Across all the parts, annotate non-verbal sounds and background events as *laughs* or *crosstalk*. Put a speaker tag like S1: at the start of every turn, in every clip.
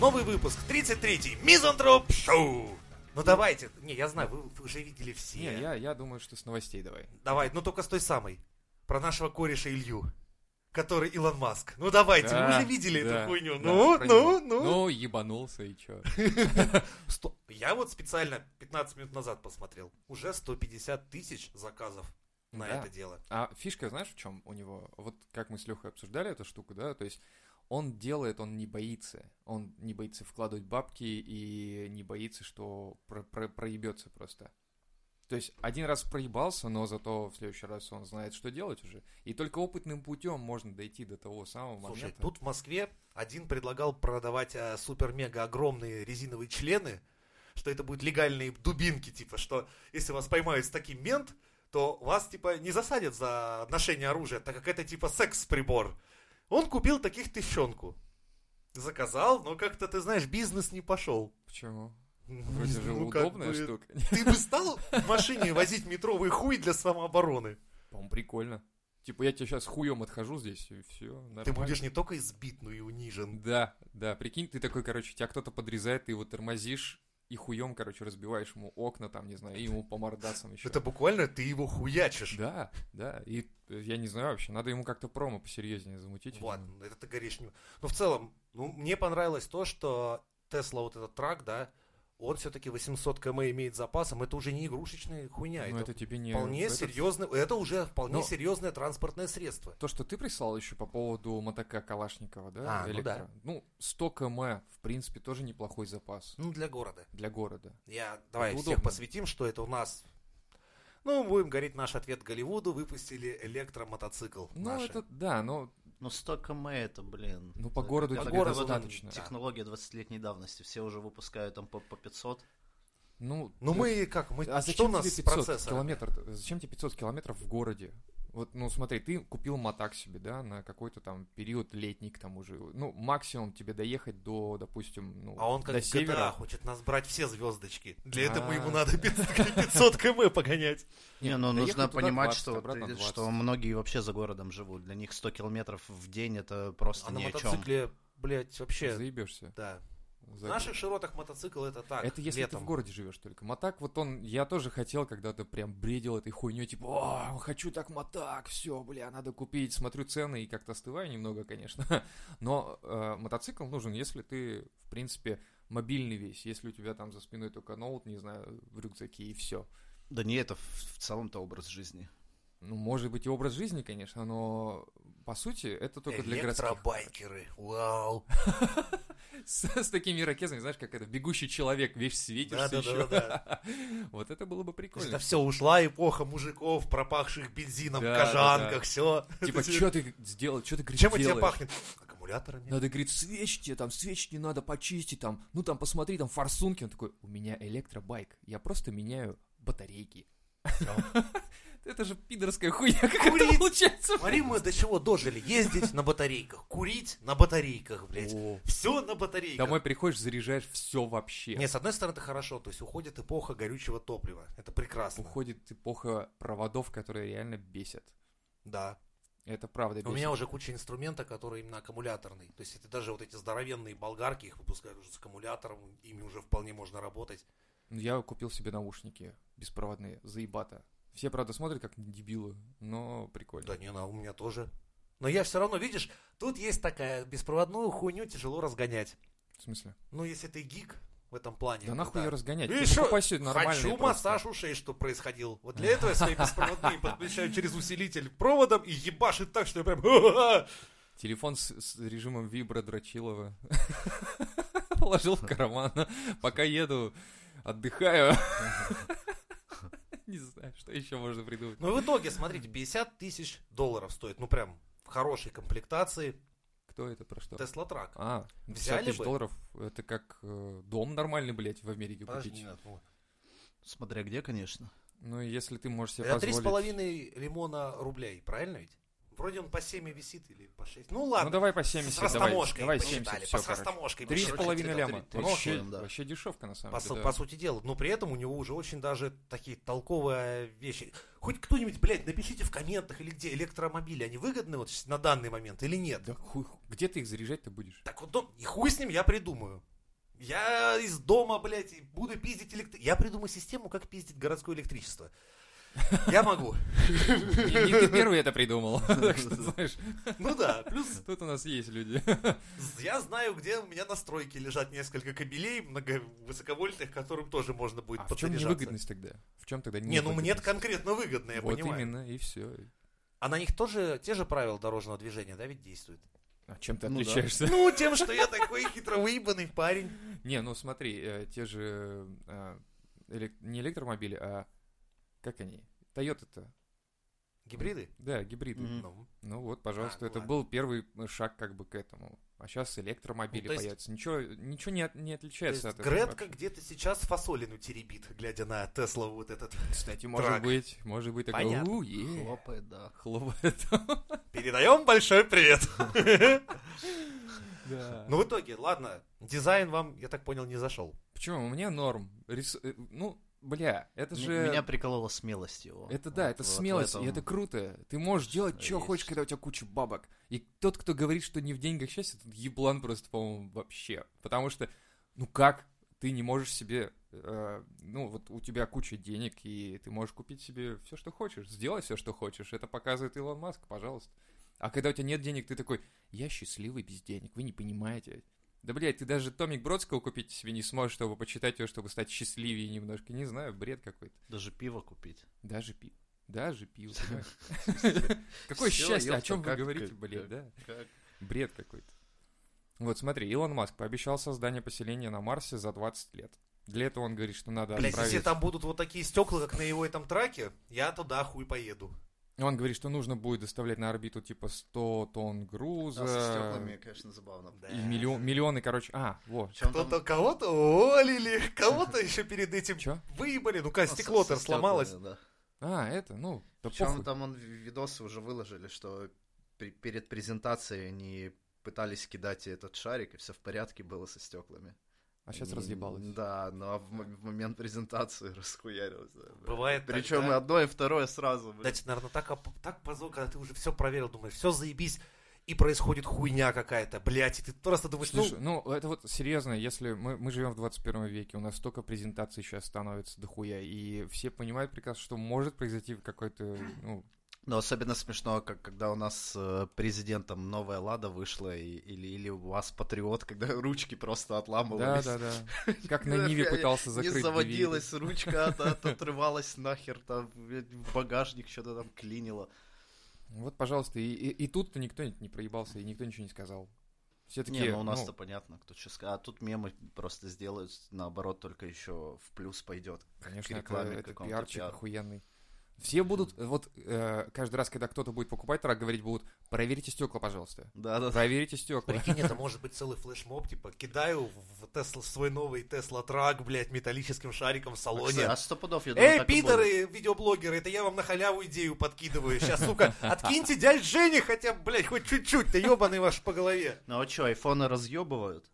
S1: Новый выпуск, 33-й Мизантроп Шоу. Ну давайте. Не, я знаю, вы, вы уже видели все.
S2: Не, я, я думаю, что с новостей давай.
S1: Давай, ну только с той самой. Про нашего кореша Илью. Который Илон Маск. Ну давайте, вы
S2: Да,
S1: уже видели
S2: да,
S1: эту хуйню.
S2: да,
S1: ну,
S2: про
S1: ну,
S2: него.
S1: ну,
S2: Ну, ебанулся и чё.
S1: *laughs* Сто- Я вот специально 15 минут назад посмотрел. Уже 150 тысяч заказов на
S2: Да.
S1: это дело.
S2: А фишка, знаешь, в чем у него? Вот как мы с Лехой обсуждали эту штуку, да, то есть он делает, он не боится. Он не боится вкладывать бабки и не боится, что про- про- проебется просто. То есть один раз проебался, но зато в следующий раз он знает, что делать уже. И только опытным путем можно дойти до того самого
S1: Слушай,
S2: момента.
S1: тут в Москве один предлагал продавать а, супер-мега огромные резиновые члены, что это будут легальные дубинки, типа, что если вас поймают с таким мент, то вас, типа, не засадят за ношение оружия, так как это, типа, секс-прибор. Он купил таких тыщенку. Заказал, но как-то, ты знаешь, бизнес не пошел.
S2: Почему?
S1: Не
S2: Вроде же
S1: знаю, ну, как
S2: удобная
S1: бы,
S2: штука.
S1: Ты бы стал в машине возить метровый хуй для самообороны?
S2: По-моему, прикольно. Типа, я тебя сейчас хуем отхожу здесь, и все, нормально.
S1: Ты будешь не только избит, но и унижен.
S2: Да, да, прикинь, ты такой, короче, тебя кто-то подрезает, ты его тормозишь и хуем, короче, разбиваешь ему окна там, не знаю, и ему по мордасам еще.
S1: Это буквально ты его хуячишь.
S2: Да, да, и э, я не знаю вообще, надо ему как-то промо посерьезнее замутить.
S1: Вот, это ты говоришь. не- Но в целом, ну, мне понравилось то, что Тесла, вот этот трак, да, он все-таки 800 км имеет запасом. Это уже не игрушечная хуйня.
S2: Но
S1: это,
S2: Ну, это тебе не...
S1: вполне
S2: это-
S1: серьезное, это уже вполне
S2: Но-
S1: серьезное транспортное средство.
S2: То, что ты прислал еще по поводу мотока Калашникова, да?
S1: А, ну
S2: электро.
S1: да.
S2: Ну, 100 км, в принципе, тоже неплохой запас
S1: Ну, для города.
S2: для города.
S1: Я, давай
S2: Это
S1: всех
S2: удобно.
S1: посвятим, что это у нас. Ну, будем говорить наш ответ Голливуду. Выпустили электромотоцикл.
S2: Ну,
S1: наши.
S2: это, да, но
S3: Ну, 100 км это, блин.
S2: Ну, по
S3: Это
S2: городу
S3: как
S1: тебе
S3: будто
S2: достаточно.
S3: вот Технология 20-летней давности. Все уже выпускают там по, по 500.
S2: ну,
S1: Ну
S2: ты-
S1: мы как, мы, что у
S2: А зачем
S1: нас
S2: тебе
S1: с
S2: 500
S1: процессором?
S2: километр? Зачем тебе 500 километров в городе? Вот, ну смотри, ты купил мотак себе, да, на какой-то там период летний к тому же. Ну, максимум тебе доехать до, допустим, ну,
S1: А он как
S2: до
S1: в GTA
S2: севера.
S1: хочет нас брать все звездочки. Для этого ему
S2: А.
S1: надо 500 км погонять.
S3: Не, ну
S2: доехать
S3: нужно
S2: туда
S3: понимать,
S2: 20,
S3: что,
S2: обратно
S3: ты-
S2: 20.
S3: что многие вообще за городом живут. Для них 100 километров в день это просто
S1: А на
S3: ни о чем.
S1: мотоцикле, блядь, вообще,
S2: Заебешься.
S1: да. В
S2: За-
S1: наших широтах мотоцикл это так,
S2: Это если
S1: летом.
S2: ты в городе живешь только. Мотак, вот он, я тоже хотел когда-то прям бредил этой хуйней, типа, о, хочу так мотак, все, бля, надо купить. Смотрю цены и как-то остываю немного, конечно. *laughs* Но э, мотоцикл нужен, если ты, в принципе, мобильный весь, если у тебя там за спиной только ноут, не знаю, в рюкзаке и все.
S3: Да не, это в, в целом-то образ жизни.
S2: Ну, может быть, и образ жизни, конечно, но по сути это только для городских.
S1: Электробайкеры, вау.
S2: *laughs* С, с такими ракетами, знаешь, как это, бегущий человек, весь светишься еще.
S1: Да-да-да.
S2: *laughs* Вот это было бы
S1: То есть Это
S2: прикольно.
S1: все, ушла эпоха мужиков, пропахших бензином,
S2: Да, да, да.
S1: кожанках, все. *laughs*
S2: Типа, что ты сделал, что ты, говорит,
S1: Чем от тебя
S2: делаешь?
S1: пахнет? Аккумуляторами.
S2: Надо, говорит, свеч тебе там, свеч не надо почистить там, ну там посмотри, там форсунки. Он такой, у меня электробайк, я просто меняю батарейки.
S1: Всё.
S2: *laughs* Это же пидорская хуйня, как это
S1: Курить.
S2: получается.
S1: Смотри, мы до чего дожили. Ездить на батарейках, курить на батарейках, блядь.
S2: О.
S1: Все на батарейках.
S2: Домой приходишь, заряжаешь все вообще.
S1: Нет, с одной стороны, это хорошо. То есть уходит эпоха горючего топлива. Это прекрасно.
S2: Уходит эпоха проводов, которые реально бесят.
S1: Да.
S2: Это правда
S1: У
S2: бесит.
S1: меня уже куча инструмента, который именно аккумуляторный. То есть это даже вот эти здоровенные болгарки, их выпускают уже с аккумулятором, ими уже вполне можно работать.
S2: Ну, Я купил себе наушники беспроводные, заебато. Все, правда, смотрят как на дебилы, но прикольно.
S1: Да не, на, у меня тоже. Но я все равно, видишь, тут есть такая, беспроводную хуйню тяжело разгонять.
S2: В смысле?
S1: Ну, если ты гик в этом плане.
S2: да
S1: то
S2: нахуй ее разгонять?
S1: И
S2: Ты
S1: еще
S2: покупай себе нормальные
S1: Хочу
S2: просто.
S1: массаж ушей, что происходил. Вот для этого я свои беспроводные подключаю через усилитель проводом и ебашит так, что я прям...
S2: Телефон с, с режимом вибра Драчилова. *laughs* Положил в карман. Пока еду, отдыхаю. *laughs* Не знаю, что еще можно придумать.
S1: Ну и в итоге, смотрите, 50 тысяч долларов стоит. Ну прям в хорошей комплектации
S2: Кто это про что?
S1: Тесла Трак.
S2: А,
S1: Взяли
S2: 50 тысяч
S1: бы?
S2: долларов, это как э, дом нормальный, блядь, в Америке купить.
S3: Смотря где, конечно.
S2: Ну, если ты можешь себе
S1: Это
S2: позволить...
S1: 3,5 лимона рублей, правильно ведь? Вроде он по 7 висит или по 6. Ну ладно.
S2: Ну давай по
S1: с
S2: 70, давай.
S1: растаможкой
S2: Давай
S1: посчитали,
S2: 70,
S1: по-
S2: все,
S1: с растаможкой
S2: Три с
S1: посчитали.
S2: половиной
S4: Короче,
S2: ляма.
S4: три-
S2: Ну,
S4: три с
S2: вообще,
S4: чем, да.
S2: вообще дешевка, на самом
S1: по, су-
S2: деле. да.
S1: по сути дела. Но при этом у него уже очень даже такие толковые вещи. Хоть кто-нибудь, блядь, напишите в комментах или где электромобили, они выгодны вот с- на данный момент или нет?
S2: Да хуй, где ты их заряжать-то будешь?
S1: Так вот, ну, и хуй с ним, я придумаю. Я из дома, блядь, и буду пиздить электро... Я придумаю систему, как пиздить городское электричество. Я могу.
S2: Не, не ты первый это придумал. *laughs* *laughs* Так
S3: *laughs*
S2: что, знаешь,
S1: Ну да, плюс
S2: тут у нас есть люди.
S1: я знаю, где у меня на стройке лежат несколько кабелей много высоковольтных, которым тоже можно будет
S2: А в чем
S1: подзаряжаться.
S2: невыгодность тогда? В чем тогда
S1: Не, ну мне
S2: невыгодность?
S1: это конкретно выгодно, я
S2: Вот
S1: понимаю.
S2: именно, и все.
S1: А на них тоже те же правила дорожного движения, да, ведь действуют?
S2: А чем ты
S4: Ну да.
S2: отличаешься?
S1: Ну, тем, что я такой хитро выебанный парень.
S2: *laughs* Не, ну смотри, э, те же э, элек- не электромобили, а как они? Тойота-то.
S1: Гибриды?
S2: Да, гибриды.
S4: Мгм.
S1: Ну.
S2: Ну вот, пожалуйста,
S1: ну
S2: это
S1: ладно.
S2: был первый шаг как бы к этому. А сейчас электромобили
S1: Ну, то есть-
S2: появятся. Ничего, ничего не, от- не
S1: То есть
S2: отличается от этого.
S1: Гретка
S2: вообще.
S1: где-то сейчас фасолину теребит, глядя на Тесла вот этот.
S2: Кстати, может
S1: Драк.
S2: быть, может быть, такой,
S1: Понятно.
S2: «У, е,
S4: Хлопает, да.
S2: хлопает.
S1: Передаем большой привет.
S2: Да.
S1: Ну, в итоге, ладно, дизайн вам, я так понял, не зашел.
S2: Почему? Мне норм. Рис- э, Ну, бля, это
S4: М-
S2: же...
S4: Меня приколола смелость его.
S2: Это да,
S4: Вот-
S2: это
S4: вот в
S2: смелость,
S4: этом.
S2: и это круто. Ты можешь делать, что
S4: есть.
S2: хочешь, когда у тебя куча бабок. И тот, кто говорит, что не в деньгах счастье, тут еблан просто, по-моему, вообще. Потому что, ну как ты не можешь себе... э, ну, вот у тебя куча денег, и ты можешь купить себе все, что хочешь. Сделай все, что хочешь. Это показывает Илон Маск, пожалуйста. А когда у тебя нет денег, ты такой, я счастливый без денег, вы не понимаете. Да, блядь, ты даже Томик Бродского купить себе не сможешь, чтобы почитать его, чтобы стать счастливее немножко. Не знаю, бред какой-то.
S4: Даже пиво купить.
S2: Даже пиво. Даже пиво. *laughs* понимаешь? Какое
S4: Всё,
S2: счастье, а о
S4: ёпта,
S2: чем вы
S4: как-
S2: говорите,
S4: как-
S2: блин,
S4: как-
S2: да? Бред какой-то. Вот смотри, Илон Маск пообещал создание поселения на Марсе за 20 лет. Для этого он говорит, что надо
S1: Блять, если
S2: отправить...
S1: там будут вот такие стекла, как на его этом траке, я туда хуй поеду.
S2: Он говорит, что нужно будет доставлять на орбиту типа 100 тонн
S4: Да, со стеклами,
S2: груза.
S4: конечно, забавно.
S1: Да.
S2: И миллион- миллионы, короче... А, во.
S4: Причём там-
S1: Кто-то кого-то уволили, *laughs* кого-то еще перед этим
S2: Чё?
S1: выебали.
S4: ну,
S1: Ну-ка,
S4: со-
S1: стекло-то
S4: со стёклами,
S1: сломалось.
S4: да.
S2: А, это, ну, да
S4: Причем
S2: похуй.
S4: там он в- видосы уже выложили, что при- перед презентацией они пытались кидать этот шарик, и все в порядке было со стеклами.
S2: А сейчас
S4: М,
S2: разъебалось.
S4: Да, но в, м- в момент презентации *laughs* расхуярилось. да.
S1: Бывает
S4: Причем и
S1: тогда.
S4: одно, и второе сразу. блин.
S1: Да, тебе, наверное, так, оп- так позор, когда ты уже все проверил, думаешь, все заебись, и происходит хуйня какая-то, блядь, и ты просто думаешь,
S2: Слушай,
S1: ну,
S2: ну, это вот серьезно, если мы, мы живем в 21 веке, у нас столько презентаций сейчас становится дохуя, и все понимают прекрасно, что может произойти какой-то, ну,
S4: Но особенно смешно, как когда у нас э, президентом новая Лада вышла, и- или, или у вас Патриот, *laughs* когда ручки просто отламывались.
S2: да-да-да,
S4: *laughs*
S2: как на Ниве пытался закрыть
S4: Не
S2: двери.
S4: заводилась ручка,
S2: *laughs*
S4: от- от- отрывалась нахер, там блядь, в багажник что-то там клинило.
S2: Вот, пожалуйста, и, и- и тут-то никто не проебался, и никто ничего не сказал. Все
S4: Не,
S2: такие,
S4: ну у нас-то
S2: ну,
S4: понятно, кто что скажет. А тут мемы просто сделают, наоборот, только еще в плюс пойдет.
S2: конечно,
S4: к
S2: это,
S4: рекламе
S2: это
S4: какому-то
S2: пиарчик
S4: пиару.
S2: охуенный. Все будут, э, вот, э, каждый раз, когда кто-то будет покупать трак, говорить будут, проверите стекла, пожалуйста.
S4: Да-да-да.
S2: Проверите
S4: ну,
S2: стекла.
S1: прикинь,
S4: *laughs*
S1: это может быть целый флешмоб, типа, кидаю в Тесла, свой новый Тесла Трак, блядь, металлическим шариком в салоне.
S4: А сто пудов, я думаю,
S1: Эй,
S4: так и будет.
S1: пидоры, видеоблогеры, это я вам на халяву идею подкидываю. Сейчас,
S4: *laughs*
S1: сука, откиньте дядь Жене хотя бы, блядь, хоть чуть-чуть, да ебаный ваш по голове.
S4: Ну а что, айфоны разъебывают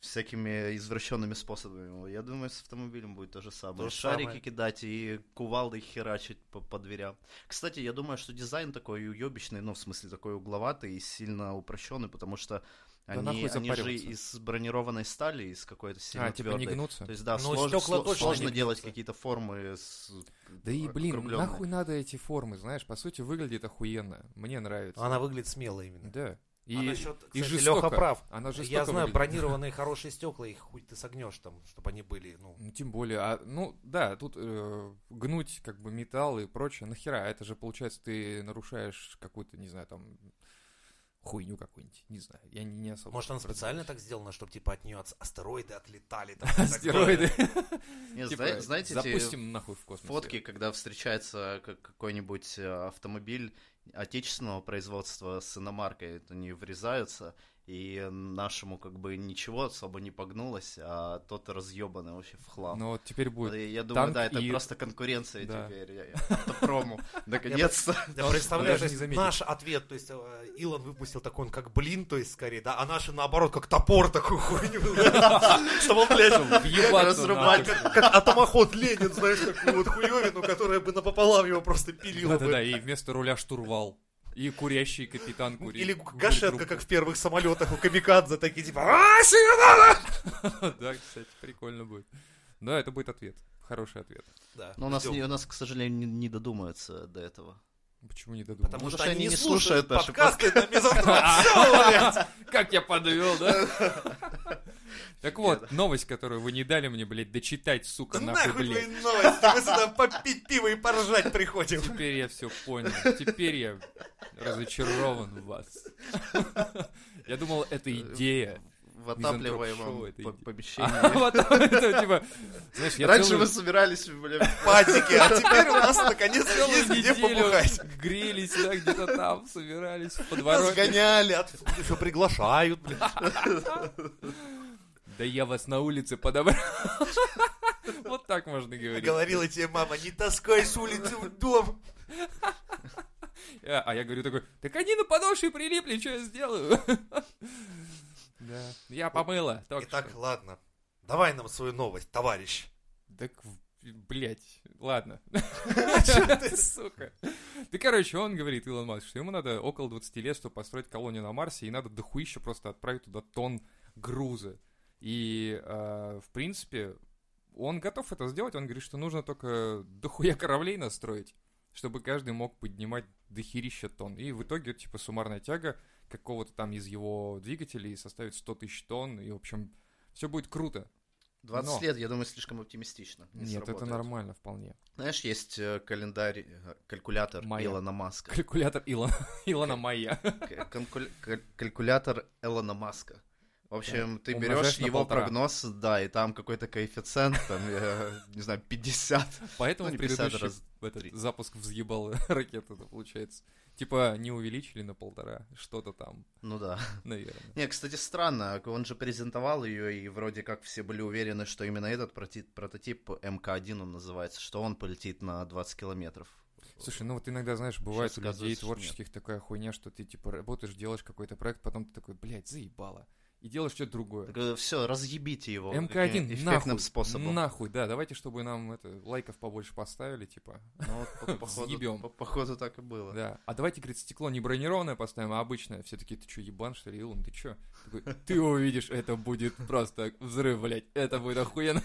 S4: всякими извращенными способами. Я думаю, с автомобилем будет то же самое.
S1: То же
S4: Шарики
S1: самое.
S4: кидать и кувалдой херачить по, по дверям. Кстати, я думаю, что дизайн такой уебищный, ну, в смысле, такой угловатый и сильно упрощенный, потому что они,
S2: нахуй
S4: они же
S2: запариваться.
S4: из бронированной стали, из какой-то сильно
S2: А, типа не
S4: твёрдой.
S2: гнутся?
S4: То есть, да,
S1: Ну,
S4: слож-
S1: стёкла
S4: сло-
S1: точно
S4: сложно
S1: не
S4: делать
S1: гнутся.
S4: какие-то формы с...
S2: Да и, блин,
S4: округлённые.
S2: нахуй надо эти формы, знаешь, по сути, выглядит охуенно. Мне нравится.
S1: Она выглядит смело именно.
S2: Да. И,
S1: А насчет, кстати,
S2: и жестоко.
S1: Лёха прав.
S2: Она жестоко
S1: Я знаю,
S2: выглядит.
S1: бронированные хорошие стекла, их хуй ты согнешь там, чтобы они были, ну,
S2: *laughs* Ну, тем более, а, ну, да, тут э, гнуть как бы металл и прочее, нахера, это же, получается, ты нарушаешь какую-то, не знаю, там, хуйню какую-нибудь, не знаю, я не, не особо...
S1: Может, она
S2: разбираюсь. *laughs*
S1: специально так сделана, чтобы типа от нее астероиды отлетали. там, и так
S2: Астероиды.
S1: далее.
S2: *laughs*
S4: Не,
S2: Типа,
S4: зна- знаете, эти
S2: запустим нахуй в космос.
S4: фотки, когда встречается как- какой-нибудь э, автомобиль отечественного производства с иномаркой, это они врезаются, И нашему как бы ничего особо не погнулось, а тот разъебанный вообще в хлам.
S2: Но Ну, вот теперь будет...
S4: я, я думаю,
S2: танк
S4: да, это
S2: и-
S4: просто конкуренция
S2: Да.
S4: теперь. я- я-
S2: *laughs*
S4: Автопрому. Наконец-то.
S1: Я представляю,
S2: даже
S1: то
S2: не
S1: есть
S2: заметил.
S1: наш ответ, то есть э, Илон выпустил такой, он как блин, то есть скорее, да, а наши наоборот, как топор такую хуйню,
S2: *laughs*
S1: чтобы он, блядь,
S2: въебаться
S1: разрубать, как как атомоход Ленин, знаешь, такую вот хуевину, которая бы напополам его просто пилила
S2: Да-да-да,
S1: бы.
S2: и вместо руля штурвал. И курящий капитан курит.
S1: Или
S2: курит
S1: гашетка,
S2: трубку.
S1: как в первых самолетах у Камикадзе, такие типа «А, сигарет!»
S2: *laughs* Да, кстати, прикольно будет. Да, это будет ответ. Хороший ответ.
S1: Да,
S2: Ну,
S4: Но у нас,
S1: ждём.
S4: не- у нас, к сожалению, не- не додумаются до этого.
S2: Почему не додумал? А,
S1: Потому
S4: Может,
S1: что они не слушают
S4: наши
S1: подкасты на
S2: *laughs*
S1: мизантроп. *laughs* Всё, блядь.
S2: Как я подвел, да?
S1: *laughs*
S2: Так вот, новость, которую вы не дали мне, блядь, дочитать, сука,
S1: Да
S2: нахуй,
S1: Нахуй твои
S2: блядь.
S1: новости, мы сюда попить пиво и поржать приходим.
S2: Теперь я все понял. Теперь я разочарован в вас. *laughs* Я думал, это
S1: Э,
S2: идея.
S4: В отапливаемом
S2: Мизантроп-шоу Э, это
S4: по-
S2: иди-
S4: помещении.
S2: А *laughs* вот это, типа, знаешь, я
S4: Раньше
S2: целую-
S4: вы
S2: *laughs*
S4: собирались, бля,
S1: Патики, а теперь у нас наконец-то
S2: целую
S1: есть где
S2: неделю
S1: побухать.
S2: грелись, да, где-то там, собирались в
S1: Нас
S2: подворотне.
S1: гоняли, от... еще приглашают, блядь.
S2: Да я вас на улице подобрал. *laughs* Вот так можно говорить.
S1: Говорила тебе мама, не таскай с улицы в дом.
S2: Я- А я говорю такой, так они на подошве прилипли, что я сделаю? *laughs* Да. Я помыла. только
S1: Итак,
S2: что.
S1: ладно, давай нам свою новость, товарищ.
S2: Так, блять,
S4: *laughs*
S2: ладно. *laughs* Чё ты, сука? Да, короче, он говорит, Илон Маск, что ему надо около 20 лет, чтобы построить колонию на Марсе, и надо дохуище просто отправить туда тонн груза. И, э, в принципе, он готов это сделать, он говорит, что нужно только дохуя кораблей настроить, чтобы каждый мог поднимать дохерища тонн. И в итоге, типа, суммарная тяга какого-то там из его двигателей составит 100 тысяч тонн, и, в общем, все будет круто.
S4: 20
S2: Но.
S4: лет, я думаю, слишком оптимистично. Не
S2: Нет, это
S4: сработает.
S2: нормально вполне.
S4: Знаешь, есть э, календарь, э, калькулятор
S2: Майя.
S4: Илона Маска.
S2: Калькулятор Илона, *laughs* Илона Майя.
S4: К- конкуль- каль- Калькулятор Элона Маска. В общем, ты
S2: Умножаешь
S4: берешь
S2: на
S4: его
S2: полтора.
S4: прогноз, да, и там какой-то коэффициент, там, э, *laughs* не знаю, 50.
S2: Поэтому
S4: Ну, не 50
S2: предыдущий
S4: раз
S2: этот
S4: три.
S2: запуск взъебал *laughs* ракету, это получается. Типа не увеличили на полтора, что-то там,
S4: Ну да.
S2: наверное.
S4: Не, кстати, странно, он же презентовал ее, и вроде как все были уверены, что именно этот проти- прототип МК-1 он называется, что он полетит на 20 километров.
S2: Слушай, ну вот иногда, знаешь, бывает у людей
S4: оказывается, что
S2: творческих такая хуйня, что ты типа работаешь, делаешь какой-то проект, потом ты такой, блядь, заебало. И делаешь что-то другое.
S4: Все, э, разъебите его каким-
S2: МК-1, нахуй,
S4: эффектным способом.
S2: нахуй, да, давайте, чтобы нам это, лайков побольше поставили, типа,
S4: Ну, вот, по- походу,
S2: Съебём.
S4: по- походу так и было.
S2: Да. А давайте, говорит, стекло не бронированное поставим, а обычное. Все таки ты чё, ебан, что ли, Илон, ты чё? Такой, ты увидишь, это будет просто взрыв, блядь, это будет охуенно.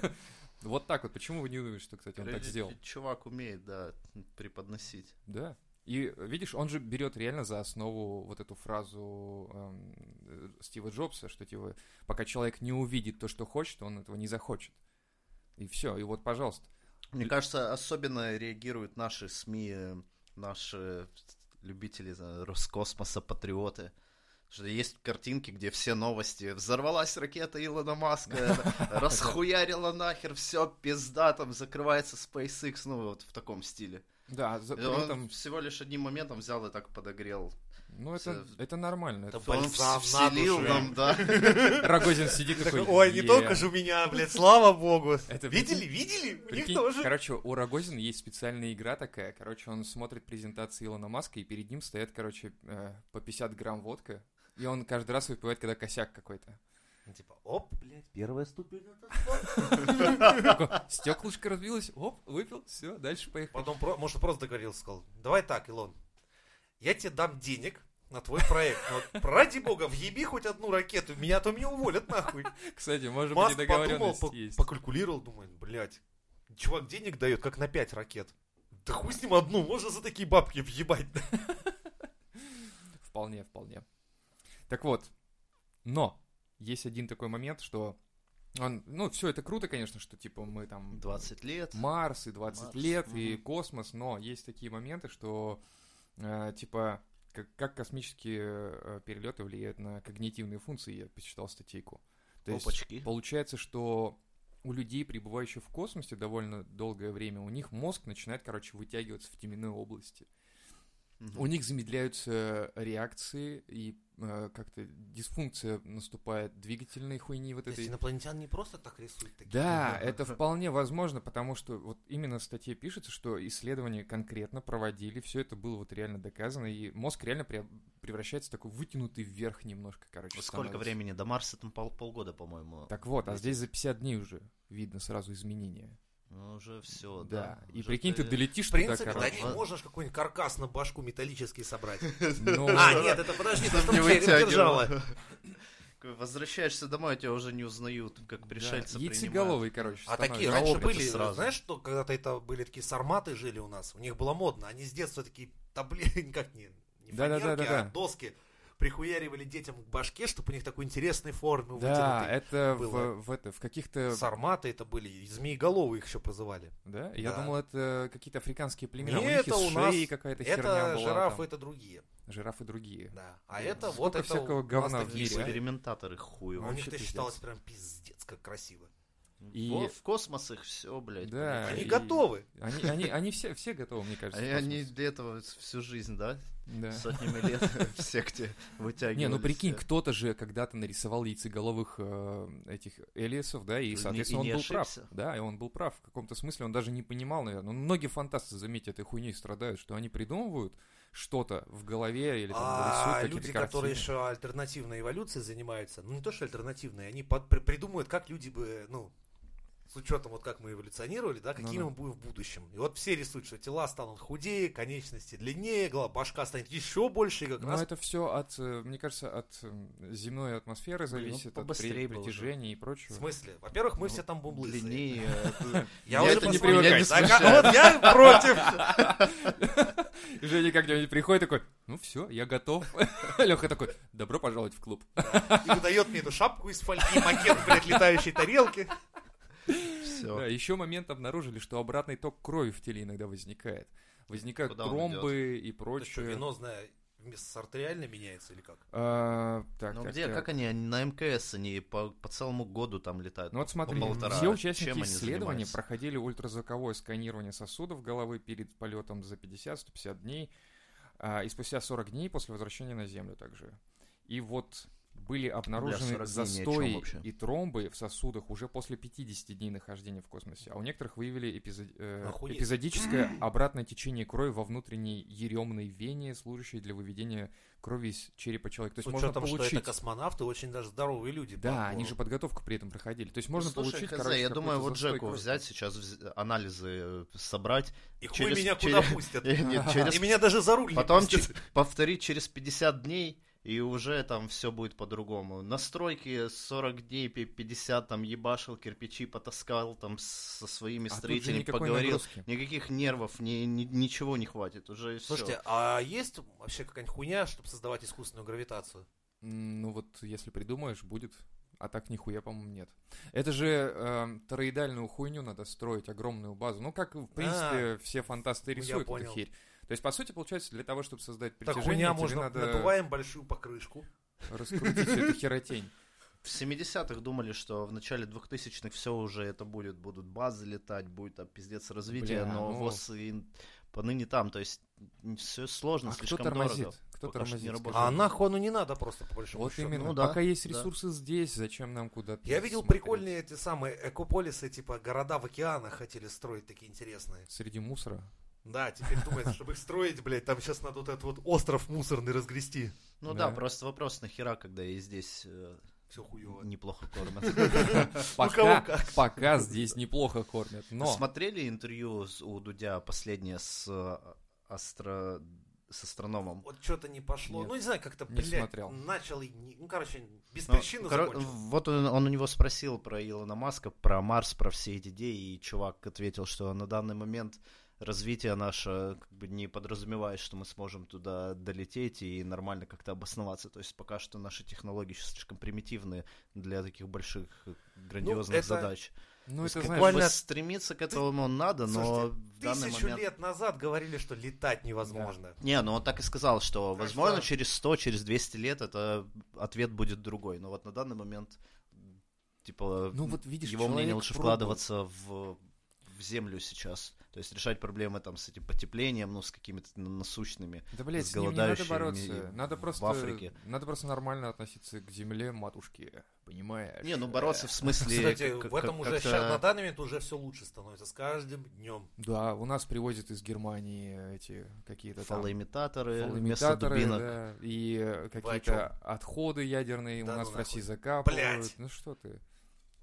S2: Вот так вот. Почему вы не думаете, что, кстати, он так
S4: Короче,
S2: сделал?
S4: Э, Чувак умеет, да, преподносить.
S2: Да. И э, видишь, он же берет реально за основу вот эту фразу эм, э, Стива Джобса, что типа, пока человек не увидит то, что хочет, он этого не захочет. И все, и вот, пожалуйста.
S4: Мне кажется, особенно реагируют наши СМИ, э, наши любители э, Роскосмоса, патриоты. Потому Что есть картинки, где все новости. Взорвалась ракета
S2: *laughs*
S4: Илона Маска, э, расхуярила нахер, все, пизда, там закрывается SpaceX, ну вот в таком стиле.
S2: Да, за-
S4: И
S2: при
S4: Он
S2: этом,
S4: всего лишь одним моментом взял и так подогрел.
S2: ну это,
S4: Всё.
S2: это нормально.
S1: Да
S2: Это-
S4: Он
S1: бальзам на
S4: вс- вселил
S1: душу.
S4: нам, да. *laughs*
S1: *laughs*
S2: Рогозин сидит такой,
S1: Ой, не
S2: «Е».
S1: только же у меня, блядь, слава богу.
S2: Это
S1: Видели, видели? У них
S2: Прикинь,
S1: тоже.
S2: Короче, у Рогозина есть специальная игра такая. Короче, он смотрит презентации Илона Маска, и перед ним стоят, короче, э, по 50 грамм водка. И он каждый раз выпивает, когда косяк какой-то.
S1: Типа, оп,
S2: Стеклышко разбилось, оп, выпил, все, дальше поехали.
S1: Потом, про- может, просто договорился, сказал, давай так, Илон, я тебе дам денег на твой проект, но вот ради бога, въеби хоть одну ракету, меня а то меня уволят нахуй.
S2: Кстати, может быть,
S1: Маск подумал,
S2: недоговоренность
S1: по-
S2: есть.
S1: покалькулировал, думает, блядь, чувак денег дает, как на пять ракет. Да хуй с ним одну, можно за такие бабки въебать.
S2: Вполне, вполне. Так вот, но есть один такой момент, что он, ну, все это круто, конечно, что типа мы там
S4: 20 лет.
S2: Марс и 20
S4: Марс,
S2: лет, и
S4: мгм.
S2: космос, но есть такие моменты, что э, типа как, как космические э, перелеты влияют на когнитивные функции, я почитал статейку. То есть
S4: Опачки.
S2: получается, что у людей, пребывающих в космосе довольно долгое время, у них мозг начинает, короче, вытягиваться в теменной области.
S4: Мгм.
S2: У них замедляются реакции, и э, как-то дисфункция наступает двигательной хуйни вот
S1: То есть
S2: этой.
S1: инопланетян не просто так рисуют такие.
S2: Да, это вполне возможно, потому что вот именно в статье пишется, что исследования конкретно проводили, все это было вот реально доказано, и мозг реально пре- превращается в такой вытянутый вверх немножко, короче.
S3: Сколько
S2: становится.
S3: времени до Марса? Там пол- полгода, по-моему.
S2: Так вот, а здесь за 50 дней уже видно сразу изменения.
S3: Ну, уже все,
S2: Да.
S3: да.
S2: И
S3: Уже
S2: прикинь, ты
S4: *laughs*
S2: долетишь
S1: В принципе,
S2: туда,
S1: до
S2: короче.
S1: них
S3: ладно.
S1: можно ж какой-нибудь каркас на башку металлический
S2: *laughs*
S1: собрать.
S2: но-
S1: А, нет, это подожди, ты что
S4: Не
S1: череп
S4: вытягивал.
S1: держала?
S4: Такой, *laughs* Возвращаешься домой, а тебя уже не узнают, как пришельца
S2: Да,
S4: принимают.
S2: Яйцеголовые, короче.
S1: А такие
S2: становятся.
S1: раньше
S4: Налог это
S1: были,
S4: сразу.
S1: знаешь, что когда-то это были такие сарматы жили у нас, у них было модно, они с детства такие табли, *laughs* никак не, не
S2: Да-да-да-да-да.
S1: фанерки, а доски прихуяривали детям к башке, чтобы у них такой интересной формы
S2: Да,
S1: вытянутой.
S2: это
S1: было.
S2: в, в это в каких-то.
S1: Сарматы это были, и змееголовые их еще прозывали.
S2: Да? Я
S1: Да.
S2: думал, это какие-то африканские племена.
S1: Не,
S2: у них
S1: это
S2: из
S1: у нас-
S2: шеи какая-то
S1: Это
S2: херня была.
S1: жирафы,
S2: там.
S1: это другие.
S2: Жирафы другие.
S1: Да. А
S2: Да.
S1: это вот
S2: Сколько
S1: это
S2: всякого
S1: у нас
S2: говна в
S1: такие
S2: мире, а?
S1: были.
S4: Экспериментаторы хуево.
S1: А У них
S2: Вообще
S1: это
S2: пиздец.
S1: считалось прям пиздец, как красиво.
S2: И-
S4: Во- В космос их все, блядь.
S2: Да,
S1: Они
S2: и-
S1: готовы.
S2: Они, они, они все, все готовы, мне кажется.
S4: Они,
S2: в
S4: А они
S2: космос.
S4: для этого всю жизнь, да?
S2: Да.
S4: Сотнями лет *laughs* в секте э, вытягивали.
S2: Не, ну прикинь, кто-то же когда-то нарисовал яйцеголовых э, этих элиасов, да,
S4: и
S2: и,
S4: Ну, не-
S2: соответственно,
S4: и не
S2: он был
S4: ошибся.
S2: прав. Да, и он был прав. В каком-то смысле он даже не понимал, наверное. Ну, многие фантасты, заметьте, этой хуйней страдают, что они придумывают что-то в голове или там рисуют
S1: А
S2: какие-то
S1: люди, которые
S2: картины.
S1: еще альтернативной эволюцией занимаются, ну не то что альтернативной, они под- при- придумывают, как люди бы, ну, с учетом вот как мы эволюционировали, да, какими
S2: Ну-ну.
S1: мы будем в будущем. И вот все рисуют, что тела станут худее, конечности длиннее, голова, башка станет еще больше, и как
S2: Но
S1: раз
S2: Ну это все от, э, мне кажется, от э, земной атмосферы зависит, от при-
S4: ну, побыстрее бы уже.
S2: притяжения и
S1: в
S2: прочего.
S1: смысле. Во-первых, мы
S4: Ну,
S1: все там будем лысые.
S2: *laughs*
S4: Длиннее.
S1: Я,
S2: Я
S1: уже
S2: это не
S1: посмотрел.
S2: привыкаю.
S1: Да, как- *laughs* вот я против.
S2: И Женя как-нибудь приходит такой, ну все, я готов. *laughs* Леха такой, добро пожаловать в клуб.
S1: И выдает мне эту шапку из фольги, макет, блядь, летающей тарелки.
S2: Да,
S4: Все.
S2: еще момент обнаружили, что обратный ток крови в теле иногда возникает. Возникают
S4: Куда он
S2: тромбы и
S1: Это что,
S2: прочее.
S1: венозное вместо с артериально меняется или как?
S2: А, так,
S4: Ну
S2: так,
S4: где,
S2: так.
S4: как они, они на мкс, они по, по целому году там летают.
S2: Ну вот смотри,
S4: по полтора.
S2: все
S4: Чем
S2: участники
S4: они
S2: исследования
S4: занимаются?
S2: проходили ультразвуковое сканирование сосудов головы перед полетом за 50-150 дней а, и спустя 40 дней после возвращения на Землю также. И вот были обнаружены
S4: 40 дней ни о чем
S2: застои
S4: вообще.
S2: и тромбы в сосудах уже после 50 дней нахождения в космосе, а у некоторых выявили эпизо- э,
S1: Охуеть.
S4: *clears throat*
S2: эпизодическое обратное течение крови во внутренней еремной вене, служащей для выведения крови из черепа человека. То
S1: С
S2: есть можно
S1: учетом, что это
S2: получить...
S1: космонавты, очень даже здоровые люди. по
S2: Да,
S1: отбору.
S2: они же подготовку при этом проходили. То есть можно
S4: Ну, Слушай,
S2: получить,
S4: хз,
S2: короче,
S4: я думаю,
S2: какой-то
S4: вот
S2: застой А
S4: Джеку
S2: крови.
S4: взять сейчас вз- анализы э, *laughs* собрать.
S1: И хуй
S4: через-
S1: меня
S4: через-
S1: куда
S2: *laughs*
S1: пустят.
S4: Э, Нет, через...
S1: И меня даже за руль не
S4: Потом
S1: пустят.
S4: че- повторить через 50 дней, и уже там все будет по-другому. Настройки 40 дней, пи- 50 там ебашил, кирпичи потаскал, там с- со своими
S2: А тут же
S4: строителями
S2: никакой
S4: поговорил.
S2: нагрузки.
S4: Никаких нервов, ни- ни- ничего не хватит. Уже все.
S1: Слушайте, а есть вообще какая-нибудь хуйня, чтобы создавать искусственную гравитацию?
S2: М, Ну вот, если придумаешь, будет. А так нихуя, по-моему, нет. Это же эм, тороидальную хуйню надо строить, огромную базу. Ну, как, в
S4: А.
S2: принципе, все
S1: ну,
S2: фантасты
S1: я
S2: рисуют эту
S1: понял.
S2: херь. То есть, по сути, получается, для того, чтобы создать
S1: Так
S2: притяжение,
S1: хуйня
S2: тебе
S1: можно,
S2: надо
S1: надуваем большую покрышку.
S2: раскрутить эту
S4: *laughs*
S2: херотень.
S4: В 70-х думали, что в начале 2000-х все уже это будет, будут базы летать, будет там пиздец развитие,
S2: Бля,
S4: но
S2: ну.
S4: ВОЗ и поныне там, то есть все сложно,
S2: А кто
S4: слишком
S2: тормозит?
S4: дорого.
S2: Кто
S4: Пока что не
S2: тормозит?
S4: работает.
S2: скажи?
S1: А нахуй, ну не надо просто, по большому
S2: Вот
S1: счету.
S2: именно.
S4: Ну да,
S2: Пока есть
S4: да.
S2: ресурсы здесь, зачем нам куда-то
S1: Я видел
S2: смотреть?
S1: прикольные эти самые экополисы, типа города в океанах хотели строить такие интересные.
S2: Среди мусора.
S1: Да, теперь думается, чтобы их строить, блядь, там сейчас надо вот этот вот остров мусорный разгрести.
S4: Ну да.
S2: Да.
S4: просто вопрос нахера, когда и здесь э,
S1: Все хуево.
S4: неплохо кормят.
S1: кого
S2: Пока,
S1: как.
S2: пока здесь неплохо кормят, *laughs* но...
S4: Смотрели интервью с- у Дудя последнее с э, астро... с астрономом?
S1: Вот что-то не пошло.
S2: Нет,
S1: Ну, не знаю, как-то,
S2: не
S1: блядь,
S2: смотрел.
S1: начал... и не- Ну, короче, без
S4: Ну,
S1: причины
S4: коро-
S1: закончил.
S4: Вот он, он у него спросил про Илона Маска, про Марс, про все эти идеи, и чувак ответил, что на данный момент развитие наше как бы не подразумевает, что мы сможем туда долететь и нормально как-то обосноваться. То есть пока что наши технологии ещё слишком примитивны для таких больших э, грандиозных
S1: Ну, это-
S4: задач.
S2: Ну, это,
S4: Как
S2: знаешь,
S4: бы
S1: буквально
S4: стремиться к этому надо, но
S1: Слушайте,
S4: в данный
S1: Тысячу
S4: момент...
S1: лет назад говорили, что летать невозможно.
S4: Не, ну он так и сказал, что,
S1: Так
S4: возможно,
S1: что-
S4: через 100, через 200 лет это ответ будет другой. Но вот на данный момент, типа,
S2: Ну вот видишь,
S4: его мнение
S2: человек
S4: лучше
S2: пробовал.
S4: вкладываться в, в землю сейчас, То есть решать проблемы там с этим потеплением, ну, с какими-то насущными.
S2: Да, блядь,
S4: с
S2: с ним не надо
S4: голодающими
S2: бороться.
S4: и
S2: Надо
S4: в
S2: просто,
S4: Африке.
S2: надо просто нормально относиться к земле матушки, понимаешь?
S4: Не, ну бороться в смысле...
S1: Кстати,
S4: как-
S1: в этом
S4: как-
S1: уже
S4: как-то-
S1: сейчас на данный момент уже все лучше становится с каждым днем.
S2: Да, у нас привозят из Германии эти какие-то там
S4: фалоимитаторы, вместо
S2: фалоимитаторы, *laughs*
S4: дубинок.
S2: да, и э, какие-то отходы ядерные
S1: Да
S2: у нас
S1: ну
S2: в России
S1: нахуй.
S2: закапывают.
S1: Блядь.
S2: Ну что ты?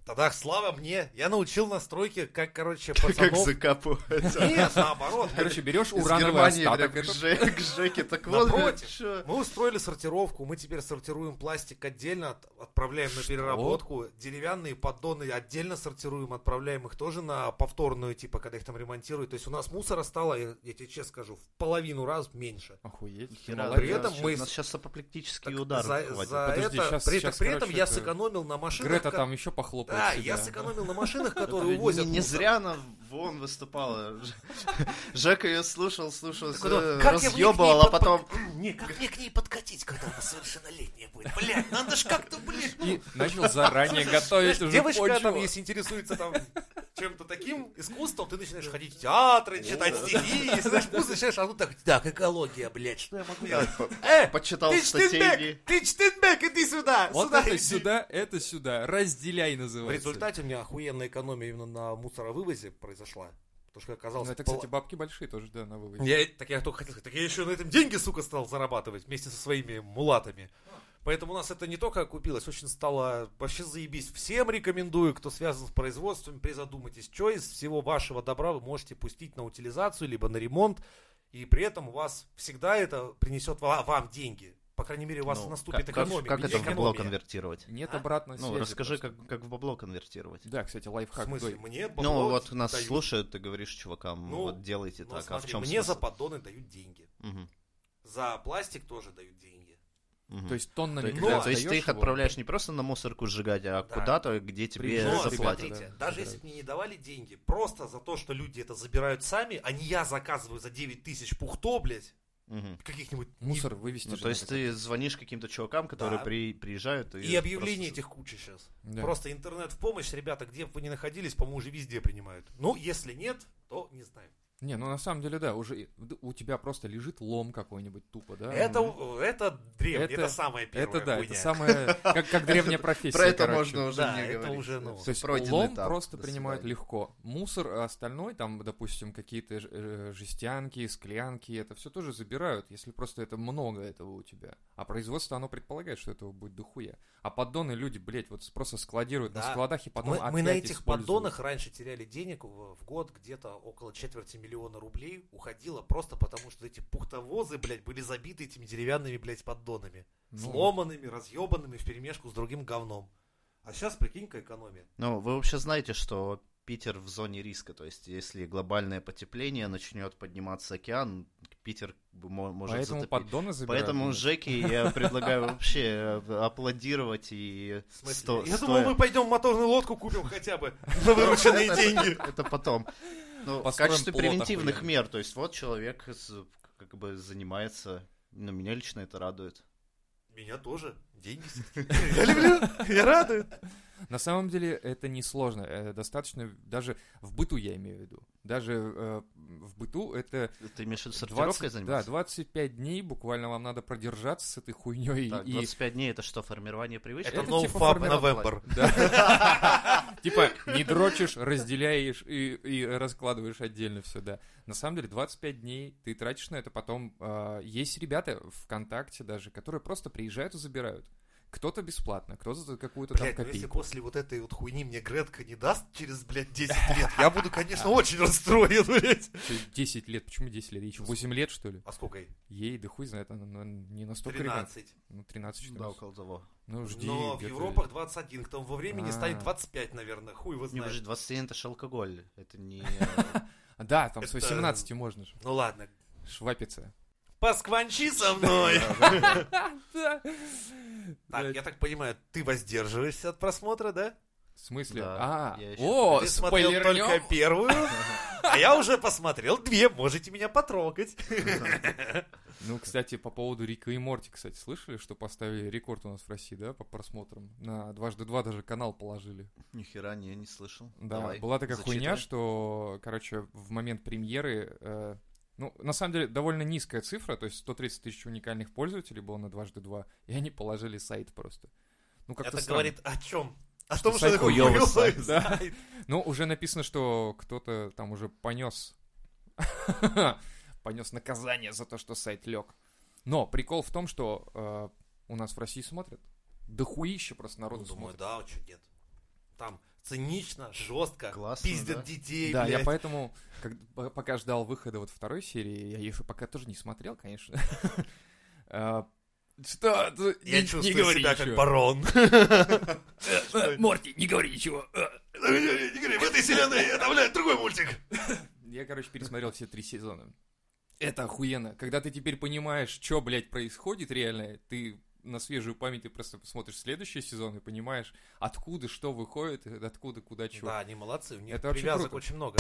S1: Тогда слава мне, я научил на стройке, как, короче,
S4: *laughs* Как
S1: пацанов...
S2: *laughs*
S4: закапывать.
S1: Нет,
S4: *laughs*
S1: наоборот.
S2: Короче, берешь
S4: Из
S2: урановый
S4: Германии
S2: остаток.
S4: прям к
S2: этот-
S4: Жэ- к Жеке. Так вот, блядь,
S1: Напротив.
S4: чё?
S1: Мы устроили сортировку, мы теперь сортируем пластик отдельно, от- отправляем на
S2: Что?
S1: переработку, деревянные поддоны отдельно сортируем, отправляем их тоже на повторную, типа, когда их там ремонтируют. То есть у нас мусора стало, я, я тебе честно скажу, в половину раз меньше.
S2: Охуеть.
S4: Хера,
S2: Молодец.
S1: при
S4: да,
S1: этом
S4: щас-
S1: мы-
S4: Нас сейчас апоплектический
S1: Так
S4: удар
S1: за,
S4: хватит.
S1: за
S2: Подожди,
S1: это,
S2: щас-
S1: при,
S2: щас,
S1: при этом
S2: короче,
S1: я
S2: это-
S1: сэкономил на машинах.
S2: Грета
S1: ко-
S2: там еще похлопает
S1: Да,
S2: себя.
S1: я сэкономил на машинах,
S4: Это
S1: которые
S4: не-
S1: увозят.
S4: Не,
S1: мусор.
S4: зря она вон выступала. *laughs* Ж- Жека ее слушал, слушал,
S1: Так вот,
S4: э,
S1: как я мне к ней
S4: разъебывал, а
S1: подпо-
S4: потом...
S1: Не, как мне к ней подкатить, когда она совершеннолетняя будет? Блядь, надо же как-то, блядь, ну,
S2: И начал заранее готовить уже
S1: Девочка там,
S2: почву.
S1: если интересуется *laughs* там чем-то таким искусством, ты начинаешь ходить в театры, читать стихи, *laughs* если знаешь, музыку, начинаешь, а тут так, так, экология, блядь, что я могу
S4: *laughs*
S1: делать? Э,
S4: Почитал
S1: ты
S4: статьи.
S1: Штенбек, ты Штенбек, иди сюда,
S2: Вот
S1: сюда
S2: это
S1: иди.
S2: сюда, это сюда. Разделяй
S1: В
S2: называется.
S1: результате у меня охуенная экономия именно на мусоровывозе произошла, потому что оказалось...
S2: Ну, это, кстати, бабки большие тоже, да, на выводе.
S1: Я, так я только хотел сказать, так я еще на этом деньги, сука, стал зарабатывать вместе со своими мулатами. Поэтому у нас это не только окупилось, очень стало вообще заебись. Всем рекомендую, кто связан с производством, призадумайтесь, что из всего вашего добра вы можете пустить на утилизацию, либо на ремонт, и при этом у вас всегда это принесет ва- вам деньги. По крайней мере, у вас
S4: Ну,
S1: наступит
S2: как-
S4: Как
S1: экономия.
S4: как это в
S1: Экономия.
S4: бабло конвертировать?
S2: Нет
S1: А?
S2: обратной связи.
S4: Ну, расскажи,
S2: просто.
S4: как как в бабло конвертировать.
S2: Да, кстати,
S1: В
S2: лайфхак.
S1: смысле,
S2: Дой.
S1: мне бабло
S4: Ну, вот нас
S1: дают.
S4: слушают, ты говоришь чувакам,
S1: Ну,
S4: вот делайте
S1: Ну,
S4: так, а в
S1: смотри,
S4: чем
S1: мне за
S4: смысл?
S1: поддоны дают деньги.
S4: Мгм,
S1: За пластик тоже дают деньги.
S4: мгм.
S2: То есть тоннами
S1: есть,
S4: Да,
S1: ну,
S2: когда
S4: то есть ты
S2: отдаёшь
S4: их
S2: его-
S4: отправляешь не просто на мусорку сжигать,
S1: Да.
S4: а куда-то, где тебе
S2: Приезжают
S1: Но,
S2: ребята,
S4: заплатят.
S1: смотрите,
S2: Э, да,
S1: даже если
S2: забирают.
S1: бы мне не давали деньги, просто за то, что люди это забирают сами, а не я заказываю за 9 тысяч пухто, блядь,
S4: Мгм.
S1: каких-нибудь...
S2: Мусор вывести.
S4: Ну,
S2: же
S4: то есть
S2: надо
S4: ты звонишь каким-то чувакам, которые
S1: Да.
S4: при- приезжают и...
S1: И объявлений
S4: просто-
S1: этих куча сейчас.
S2: как-то. Да.
S1: Просто интернет в помощь, ребята, где бы вы ни находились, по-моему, уже везде принимают. Ну, если нет, то не знаю.
S2: Не, ну на самом деле, да, уже и- д- у тебя просто лежит лом какой-нибудь тупо, да?
S1: это,
S2: Ну,
S1: это древнее, это,
S2: Это-
S1: самое первое.
S2: Это да, это
S1: хуйня.
S2: самое, как,
S4: *laughs*
S2: как древняя профессия.
S4: Про это
S2: короче.
S4: можно уже
S1: Да,
S4: не
S1: это
S4: говорить.
S1: уже, ну,
S2: То есть
S4: Пройденный
S2: лом
S4: этап.
S2: просто
S4: До
S2: принимают
S4: свидания.
S2: легко. Мусор а остальной, там, допустим, какие-то ж- э, жестянки, склянки, это все тоже забирают, если просто это много этого у тебя. А производство, оно предполагает, что этого будет дохуя. А поддоны люди, блядь, вот просто складируют на
S1: Да.
S2: складах и потом
S1: мы,
S2: опять
S1: мы на этих
S2: используют.
S1: поддонах раньше теряли денег в, в год где-то около четверти миллиона рублей уходило просто потому, что эти пухтовозы, блядь, были забиты этими деревянными, блядь, поддонами.
S2: Ну,
S1: сломанными, разъебанными в перемешку с другим говном. А сейчас прикинь-ка экономия.
S4: Ну, вы вообще знаете, что Питер в зоне риска, то есть если глобальное потепление начнет подниматься океан, Питер б- мо- может
S2: Поэтому
S4: затопить.
S2: поддоны забирают.
S4: Поэтому
S2: *laughs*
S4: Жеке я предлагаю вообще э, аплодировать и
S1: В смысле?
S4: сто-
S1: Я думал,
S4: стоя.
S1: мы пойдем моторную лодку купим хотя бы *laughs* на вырученные деньги.
S4: *laughs* Это потом. Ну, в
S2: Построим
S4: качестве
S2: плот
S4: превентивных
S2: охуенный.
S4: мер, то есть вот человек с- как бы занимается, ну, меня лично это радует.
S1: Меня тоже. Деньги. *laughs* Я люблю. Я радует.
S2: На самом деле это несложно. э, Достаточно даже в быту, я имею в виду. Даже э, в быту это
S4: Ты имеешь в виду
S2: 20,
S4: сортировкой
S2: да,
S4: заниматься?
S2: 25 дней буквально вам надо продержаться с этой хуйней.
S4: Так,
S2: и
S4: 25 дней это что, формирование привычек?
S1: Это
S2: Это
S1: No
S2: типа
S1: Fab
S2: формировать
S1: November.
S2: Да. *laughs* Типа, не дрочишь, разделяешь и, и раскладываешь отдельно все, да. На самом деле, 25 дней ты тратишь на это потом. а, есть ребята ВКонтакте даже, которые просто приезжают и забирают. Кто-то бесплатно, кто-то за какую-то там
S1: Блядь, ну если
S2: копейку.
S1: после вот этой вот хуйни мне Гретка не даст через, блядь, 10
S2: *laughs*
S1: лет, я буду, конечно, очень расстроен, блядь.
S2: Чё, 10 лет, почему 10 лет? Ей чё, 8 лет, что ли?
S1: А сколько ей?
S2: Ей, да хуй знает, она ну, не настолько ребенок.
S1: 13.
S2: Ну, 13
S4: Да,
S2: 14.
S4: около того.
S2: Ну, жди.
S1: Но в
S2: где-то-
S1: Европах 21, к тому во времени
S2: А.
S1: станет 25, наверное. Хуй его
S4: Не, подожди,
S1: знает.
S4: 27 это же алкоголь. Это
S2: *laughs*
S4: не...
S2: Да, там с
S1: Это-
S2: 18 можно же.
S1: Ну ладно.
S2: Швапиться.
S1: Поскванчи со
S2: *laughs*
S1: мной.
S2: Да.
S1: Так, я так понимаю, ты воздерживаешься от просмотра, да?
S2: В смысле?
S4: Да,
S2: а,
S4: я ещё
S2: о,
S1: Ты смотрел только
S2: спойлернём?
S1: первую, *laughs* а я уже посмотрел две, можете меня потрогать.
S2: Ну, кстати, по поводу Рика и Морти, кстати, слышали, что поставили рекорд у нас в России, да, по просмотрам? На дважды два даже канал положили.
S4: Нихера не, не слышал.
S2: Да,
S4: Давай,
S2: была такая
S4: зачитывай.
S2: хуйня, что, короче, в момент премьеры, э, ну, на самом деле, довольно низкая цифра, то есть 130 тысяч уникальных пользователей было на дважды два, и они положили сайт просто. Ну, как-то
S1: Это
S2: странно.
S1: говорит о чем? О
S2: Что
S1: том, что
S2: сайт
S1: это
S2: хуёвый
S1: хуёвый
S2: сайт, да.
S1: сайт.
S2: Ну, уже написано, что кто-то там уже понес *laughs* понес наказание за то, что сайт лег. Но прикол в том, что э, у нас в России смотрят. Да хуище просто
S1: Ну,
S2: народу
S1: Думаю,
S2: смотрит.
S1: да, а чё нет. Там цинично, жестко,
S4: Классно,
S1: пиздят
S4: да.
S1: детей,
S2: да, я
S1: блядь.
S2: поэтому, как- п- пока ждал выхода вот второй серии, я ее пока тоже не смотрел, конечно. *laughs* Э, Что? ты-
S1: Я
S2: не- не
S1: чувствую
S2: говори
S1: себя
S2: ничего.
S1: как *laughs* барон.
S2: Э, Морти, не говори ничего. Э.
S1: Не говори, в этой вселенной это, блядь, другой мультик.
S2: Я, короче, пересмотрел все три сезона. Это охуенно. Когда ты теперь понимаешь, что, блядь, происходит реально, ты на свежую память ты просто посмотришь следующий сезон и понимаешь, откуда что выходит, и откуда куда чего.
S1: Да, они молодцы, у них
S2: Это очень
S1: привязок
S2: круто.
S1: очень много.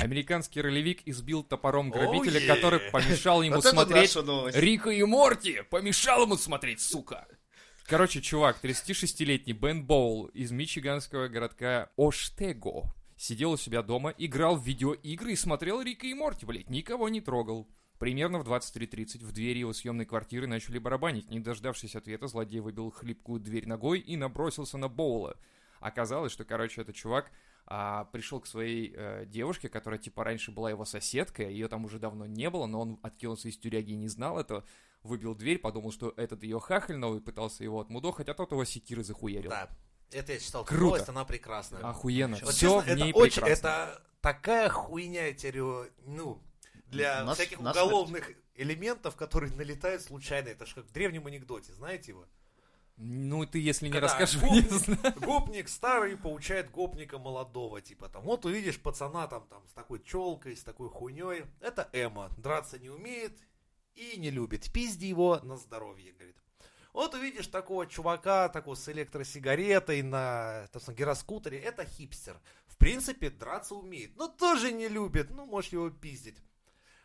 S2: Американский ролевик избил топором
S1: Оу,
S2: грабителя,
S1: е.
S2: который помешал ему
S4: *laughs* Вот это
S2: смотреть
S4: наша новость.
S2: Рика и Морти. Помешал ему смотреть, сука. Короче, чувак, 36-летний Бен Боул из мичиганского городка Оштего сидел у себя дома, играл в видеоигры и смотрел Рика и Морти, блядь, никого не трогал. Примерно в 23.30 в двери его съемной квартиры начали барабанить. Не дождавшись ответа, злодей выбил хлипкую дверь ногой и набросился на Боула. Оказалось, что, короче, этот чувак а, пришел к своей э, девушке, которая, типа, раньше была его соседкой, ее там уже давно не было, но он откинулся из тюряги и не знал этого, выбил дверь, подумал, что этот ее хахаль новый, пытался его отмудохать, а тот его секиры захуярил.
S1: Да, это я читал.
S2: Круто.
S1: Новость, она прекрасная.
S2: Охуенно.
S1: Вот
S2: Все
S1: честно,
S2: в ней
S1: это очень,
S2: прекрасно.
S1: это такая хуйня теоре- ну, для
S4: Нас-
S1: всяких
S4: нас
S1: уголовных элементов, которые налетают случайно. Это же как в древнем анекдоте, знаете его?
S2: Ну, ты, если не
S1: Когда ну,
S2: расскажешь,
S1: гопник-
S2: *laughs* не знаю.
S1: Гопник старый получает гопника молодого, типа там. Вот увидишь пацана там, там с такой челкой, с такой хуйней. Это Эма. Драться не умеет и не любит. Пизди его на здоровье, говорит. Вот увидишь такого чувака, такого с электросигаретой на, там, на гироскутере, это хипстер. В принципе, драться умеет, но тоже не любит, ну, можешь его пиздить.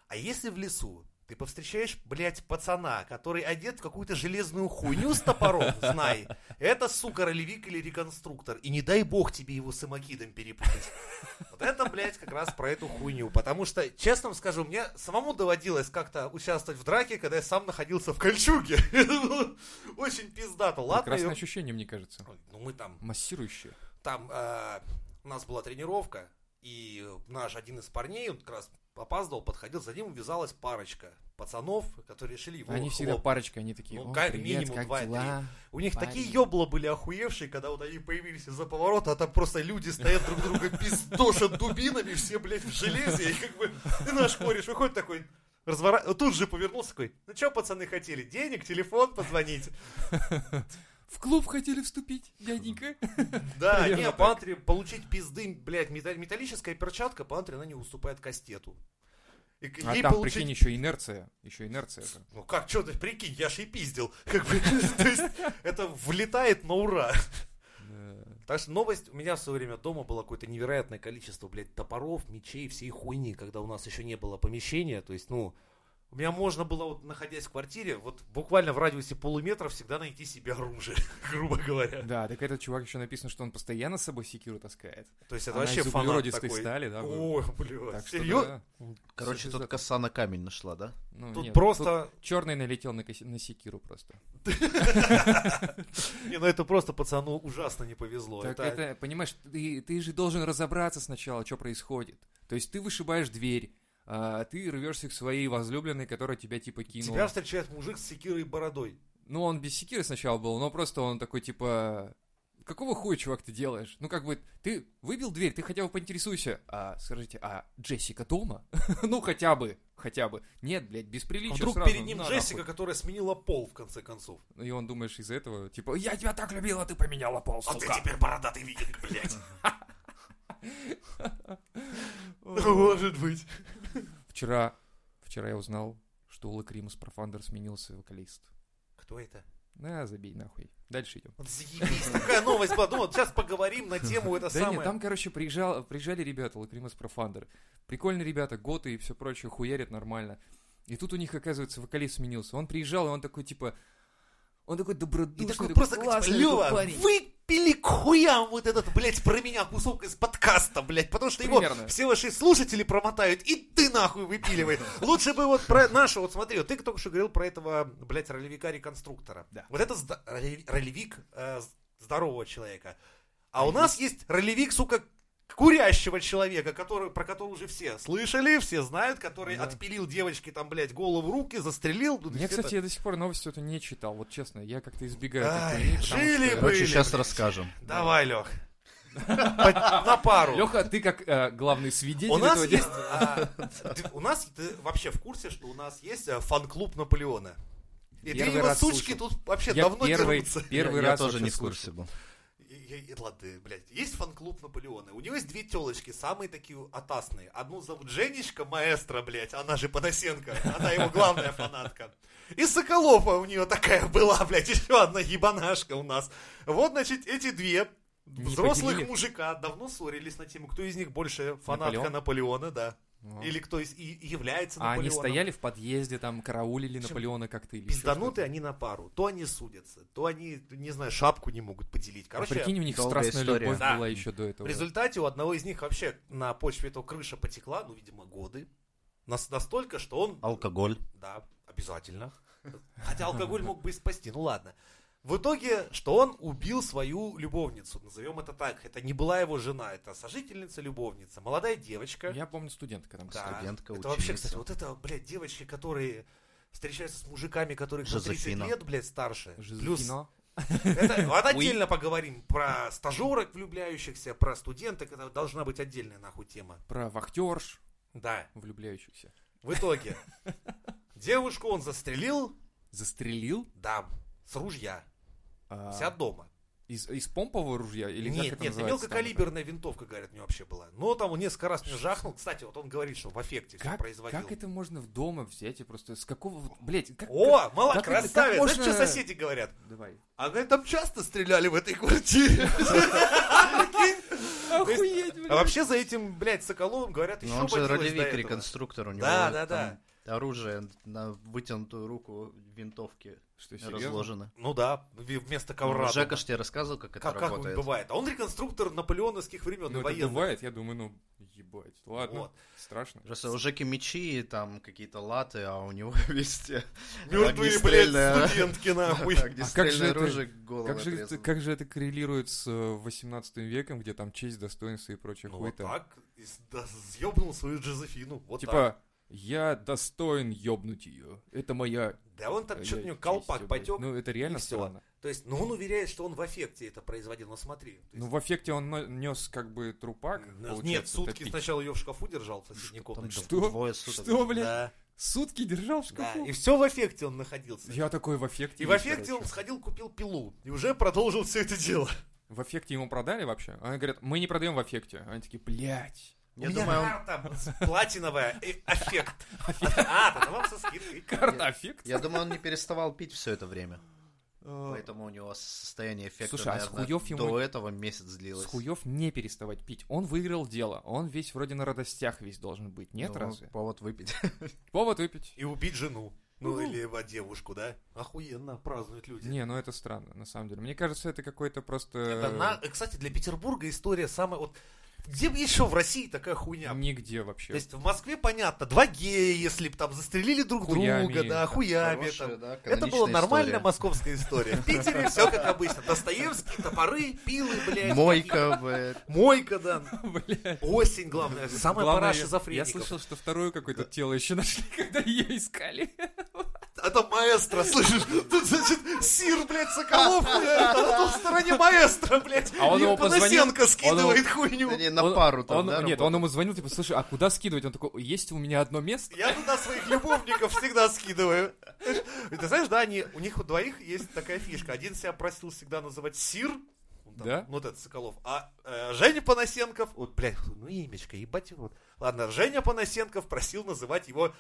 S1: А если в лесу ты повстречаешь, блядь, пацана, который одет в какую-то железную хуйню с топором, знай, это, сука, ролевик или реконструктор, и не дай бог тебе его с эмакидом перепутать. Вот это, блядь, как раз про эту хуйню, потому что, честно вам скажу, мне самому доводилось как-то участвовать в драке, когда я сам находился в кольчуге. *laughs* Очень пиздато, ладно?
S2: Прекрасное
S1: я-
S2: ощущение, мне кажется.
S1: Ну, мы там
S2: Массирующее.
S1: там э, у нас была тренировка, и наш один из парней, он как раз опаздывал, подходил, за ним увязалась парочка пацанов, которые решили его
S2: Они всегда
S1: хлопнуть.
S2: парочка, они такие,
S1: Ну,
S2: «О,
S1: как
S2: привет,
S1: минимум
S2: как
S1: два,
S2: дела?»
S1: У них
S2: парень.
S1: такие ёбла были охуевшие, когда вот они появились из-за поворота, а там просто люди стоят друг друга пиздошат дубинами, все, блядь, в железе, и как бы ты наш кореш выходит такой, развора... тут же повернулся такой, ну чё, пацаны, хотели? Денег, телефон, позвонить?
S2: В клуб
S1: *laughs*
S2: хотели вступить, дяденька.
S1: Да,
S2: Примерно
S1: не,
S2: так.
S1: Пантри, получить пизды, блядь, метал- металлическая перчатка, Пантри, она не уступает кастету. И к-
S2: А
S1: ей
S2: там,
S1: получить-
S2: прикинь, еще инерция. Еще инерция. же.
S1: Ну как, что ты, прикинь, я же и пиздил. Как бы, *laughs* то есть, это влетает на ура. Так что новость, у меня в свое время дома было какое-то невероятное количество, блядь, топоров, мечей, всей хуйни, когда у нас еще не было помещения, то есть, ну, у меня можно было, вот, находясь в квартире, вот буквально в радиусе полуметра всегда найти себе оружие, *laughs* грубо говоря.
S2: Да, так этот чувак еще написано, что он постоянно с собой секиру таскает.
S1: То есть это
S2: Она
S1: вообще
S2: из
S1: фанат
S2: углеродистой
S1: такой.
S2: стали, да? была.
S1: Ой, блядь,
S2: Так что,
S1: серьезно?
S2: да.
S4: Короче,
S2: Всё
S4: тут
S2: пиздато.
S4: коса на камень нашла, да?
S2: Ну,
S1: Тут
S2: нет,
S1: просто...
S2: Черный налетел на, коси- на секиру просто.
S1: Не, ну это просто пацану ужасно не повезло.
S2: так
S1: Это-
S2: это, понимаешь, ты, ты же должен разобраться сначала, что происходит. То есть ты вышибаешь дверь, а, ты рвешься к своей возлюбленной, которая тебя типа кинула.
S1: Тебя встречает мужик с секирой и бородой.
S2: Ну, он без секиры сначала был, но просто он такой, типа... Какого хуя, чувак, ты делаешь? Ну, как бы, ты выбил дверь, ты хотя бы поинтересуйся. А, скажите, а Джессика дома? *laughs* ну, хотя бы, хотя бы. Нет, блядь, без приличия
S1: А вдруг
S2: сразу,
S1: перед ним
S2: на,
S1: Джессика,
S2: нахуй.
S1: которая сменила пол, в конце концов.
S2: И он думаешь из-за этого, типа, я тебя так любила, ты поменяла пол, сука.
S1: А бородатый викинг,
S2: *laughs*
S1: блядь.
S2: Ой.
S1: Может быть.
S2: Ну, *laughs* Вчера, вчера я узнал, что у Лакримус Профандер сменился вокалист.
S1: Кто это?
S2: На, забей нахуй. Дальше идем.
S1: Вот Заебись, такая новость была. Думал, сейчас поговорим на тему это
S2: *laughs* Да нет,
S1: самое.
S2: там, короче, приезжал, приезжали ребята, Лакримус Профандер. Прикольные ребята, готы и все прочее, хуярят нормально. И тут у них, оказывается, вокалист сменился. Он приезжал, и он такой, типа... Он такой
S1: И
S2: добродушный,
S1: такой
S2: такой
S1: просто, говорит, типа,
S2: классный такой
S1: Лева,
S2: парень».
S1: выпили к хуям вот этот, блядь, про меня кусок из подкаста, блядь, потому что его
S2: Примерно.
S1: все ваши слушатели промотают, и ты нахуй выпиливай. Лучше бы вот про нашего, вот смотри, вот ты только что говорил про этого, блядь, ролевика-реконструктора.
S2: Да.
S1: Вот это зда- ролеви- ролевик э, з- здорового человека. А у нас есть ролевик, сука, курящего человека, который, про которого уже все слышали, все знают, который
S2: Да.
S1: отпилил девочке там, блядь, голову, руки, застрелил. тут
S2: Я,
S1: это-
S2: кстати, я до сих пор новости эту не читал, вот честно, я как-то избегаю.
S1: Ай,
S2: этой хуйни, потому
S1: жили
S2: что-
S1: бы.
S4: Короче, сейчас
S1: блядь.
S4: расскажем.
S1: Давай, Лех. На пару.
S2: Леха, ты как э, главный свидетель
S1: У нас
S2: этого
S1: есть,
S2: дела.
S1: а, ты- у нас, ты вообще в курсе, что у нас есть а, фан-клуб Наполеона? И
S2: Первый
S1: ты его,
S2: раз
S1: сучки,
S2: слышу.
S1: тут вообще
S2: Я
S1: давно
S2: первый,
S1: дерутся.
S2: первый
S4: я, я
S2: раз
S4: тоже
S2: вообще
S4: не в
S2: слышу.
S4: курсе был.
S1: И- и- и Ладно, блядь, есть фан-клуб Наполеона. У него есть две телочки, самые такие атасные. Одну зовут Женечка Маэстро, блядь, она же Панасенко, она его главная фанатка. И Соколова у нее такая была, блядь, еще одна ебанашка у нас. Вот, значит, эти две
S2: Не
S1: взрослых
S2: поделили?
S1: мужика давно ссорились на тему, кто из них больше фанатка
S2: Наполеон?
S1: Наполеона, да.
S2: Ну.
S1: Или кто из, и, и является
S2: А они
S1: Наполеоном.
S2: стояли в подъезде, там, караулили
S1: В общем,
S2: Наполеона как-то или ещё
S1: Пизданутые
S2: что-то?
S1: они на пару. То они судятся, то они, не знаю, шапку не могут поделить.
S2: А
S1: Короче,
S2: прикинь, у них
S4: долгая
S2: страстная
S4: история.
S2: любовь
S1: Да.
S2: была еще до этого.
S1: В результате у одного из них вообще на почве этого крыша потекла, ну, видимо, годы. Нас- Настолько, что он...
S4: Алкоголь.
S1: Да, обязательно. Хотя алкоголь мог бы и спасти, ну ладно. В итоге, что он убил свою любовницу, назовем это так. Это не была его жена, это сожительница-любовница, молодая девочка.
S2: Я помню студентка там.
S1: Да.
S4: студентка,
S1: Это вообще,
S4: ученица.
S1: кстати, вот это, блядь, девочки, которые встречаются с мужиками, которые по 30
S4: Жозефина.
S1: лет, блядь, старше.
S2: Жизнь
S1: Плюс
S2: кино. *laughs*
S1: это, вот отдельно поговорим про стажерок влюбляющихся, про студенток. Это должна быть отдельная нахуй тема.
S2: Про вахтерш
S1: Да.
S2: влюбляющихся.
S1: В
S2: *laughs*
S1: итоге. Девушку он застрелил,
S2: Застрелил?
S1: да, с ружья.
S2: а,
S1: Вся дома.
S2: Из, из помпового ружья? Или как
S1: нет,
S2: это
S1: нет,
S2: называется там?
S1: мелкокалиберная винтовка, говорят, у него вообще была. Но там он несколько раз меня жахнул. Кстати, вот он говорит, что в эффекте все
S2: Как,
S1: производил.
S2: как это можно в дома взять и просто с какого... вот, Блядь, как...
S1: О, мало
S2: как это- как
S1: красавец!
S2: можно-
S1: Знаешь, что соседи говорят?
S2: как- Давай.
S1: А говорит, там часто стреляли в этой
S2: *laughs*
S1: квартире.
S2: Охуеть,
S1: А вообще за этим, блядь, Соколовым, говорят, еще
S4: Но Ну, он же
S1: водилось до
S4: ролевик
S1: этого.
S4: реконструктор у него.
S1: Да, да,
S4: там Оружие на вытянутую руку винтовки
S2: Что, серьезно?
S4: разложено.
S1: Ну да, ви- вместо ковра.
S4: Ну, Жека
S1: дома.
S4: ж тебе рассказывал, как это
S1: как, как он
S4: работает.
S1: бывает. А он реконструктор наполеоновских времен,
S2: Ну, это
S1: военных.
S2: бывает, я думаю, ну, ебать. Ладно,
S1: Вот.
S2: страшно.
S4: Просто у Жеки мечи, и там какие-то латы, а у него *laughs*
S2: *laughs*
S4: везде
S1: Мертвые,
S4: Огнестрельное.
S1: блядь,
S4: *laughs*
S1: студентки, нахуй.
S2: А как же
S4: огнестрельное
S2: это-
S4: оружие голову
S2: Как же, это,
S4: отрезало.
S2: как же это коррелирует с э, 18 веком, где там честь, достоинство и прочее
S1: Ну
S2: хуй
S1: вот так, и с- да, съебнул свою Джозефину. Вот
S2: Типа,
S1: так.
S2: я достоин ёбнуть ее. Это моя...
S1: Да он там
S2: э,
S1: что-то у
S2: я
S1: него
S2: честь
S1: колпак
S2: ёбать».
S1: потек.
S2: Ну, это реально
S1: и всё.
S2: странно.
S1: То есть, ну он уверяет, что он в аффекте это производил, но смотри. то
S2: Ну,
S1: есть,
S2: в эффекте он но- нес как бы трупак. получается,
S1: нет, сутки
S2: топить. *laughs*
S1: сначала ее в шкафу держал в соседней
S4: Там
S1: комнате.
S2: Что?
S4: Двое суток.
S2: Что, блядь?
S1: Да,
S2: Сутки держал в
S1: да.
S2: шкафу?
S1: И все в аффекте он находился.
S2: Я такой в эффекте.
S1: И в аффекте он сходил, купил пилу. И уже продолжил все это дело.
S2: В эффекте ему продали вообще? Они говорят, мы не продаем в эффекте. Они такие, блядь.
S1: У
S4: Я
S1: меня
S4: думаю, он-
S1: карта с- платиновая э, и аффект. А, тогда вам со скидкой.
S2: Карта эффект.
S4: Я думаю, он не переставал пить все это
S2: *laughs*
S4: время.
S1: А,
S2: Э,
S4: Поэтому у него состояние эффекта,
S2: Слушай, а с
S4: наверное,
S2: хуёв ему-
S4: до этого месяц длилось.
S2: С хуев не переставать пить. Он выиграл дело. Он весь вроде на радостях весь должен быть. Нет
S4: Ну,
S2: разве? *laughs*
S4: Повод выпить.
S2: Повод выпить.
S1: И убить жену. Ну,
S2: Ну.
S1: или его девушку, да? Охуенно празднуют люди.
S2: Не, ну это странно, на самом деле. Мне кажется, это какой-то просто...
S1: Это на- э, Кстати, для Петербурга история самая... вот Где бы еще в России такая хуйня?
S2: Нигде
S1: а То
S2: вообще.
S1: есть в Москве, понятно, два гея, если бы там застрелили друг
S2: Хуями.
S1: друга, да, хуями.
S4: Хорошая,
S1: там.
S4: да,
S1: Это
S4: каноничная
S1: была нормальная
S4: история.
S1: московская история. В Питере все как обычно. Достоевский, топоры, пилы, блядь.
S4: Мойка, блядь.
S1: Мойка, да.
S2: *laughs* Блядь.
S1: Осень, главное. Самая
S2: Главное,
S1: пора
S2: я- Я
S1: шизофреников.
S2: слышал, что второе какое-то тело еще *laughs* нашли, когда ее искали.
S1: А там маэстро, слышишь? Тут, значит, сир, блядь, Соколов, блядь, а на той стороне маэстро, блядь.
S2: А он
S1: И
S2: ему позвонил?
S1: Панасенко
S2: Он
S1: скидывает
S2: ему-
S1: хуйню.
S4: Да не, на
S2: Он-
S4: пару там,
S2: он-
S4: да, Ну,
S2: Нет,
S4: работал?
S2: он ему звонил, типа, слушай, а куда скидывать? Он такой, есть у меня одно место?
S1: Я туда своих любовников всегда скидываю. Знаешь, Ты знаешь, да, они, у них у двоих есть такая фишка. Один себя просил всегда называть сир, он там,
S2: Да?
S1: ну, вот этот Соколов, а э, Женя Панасенков, вот, блядь, ну, имечко, ебать его. Ладно, Женя Панасенков просил называть его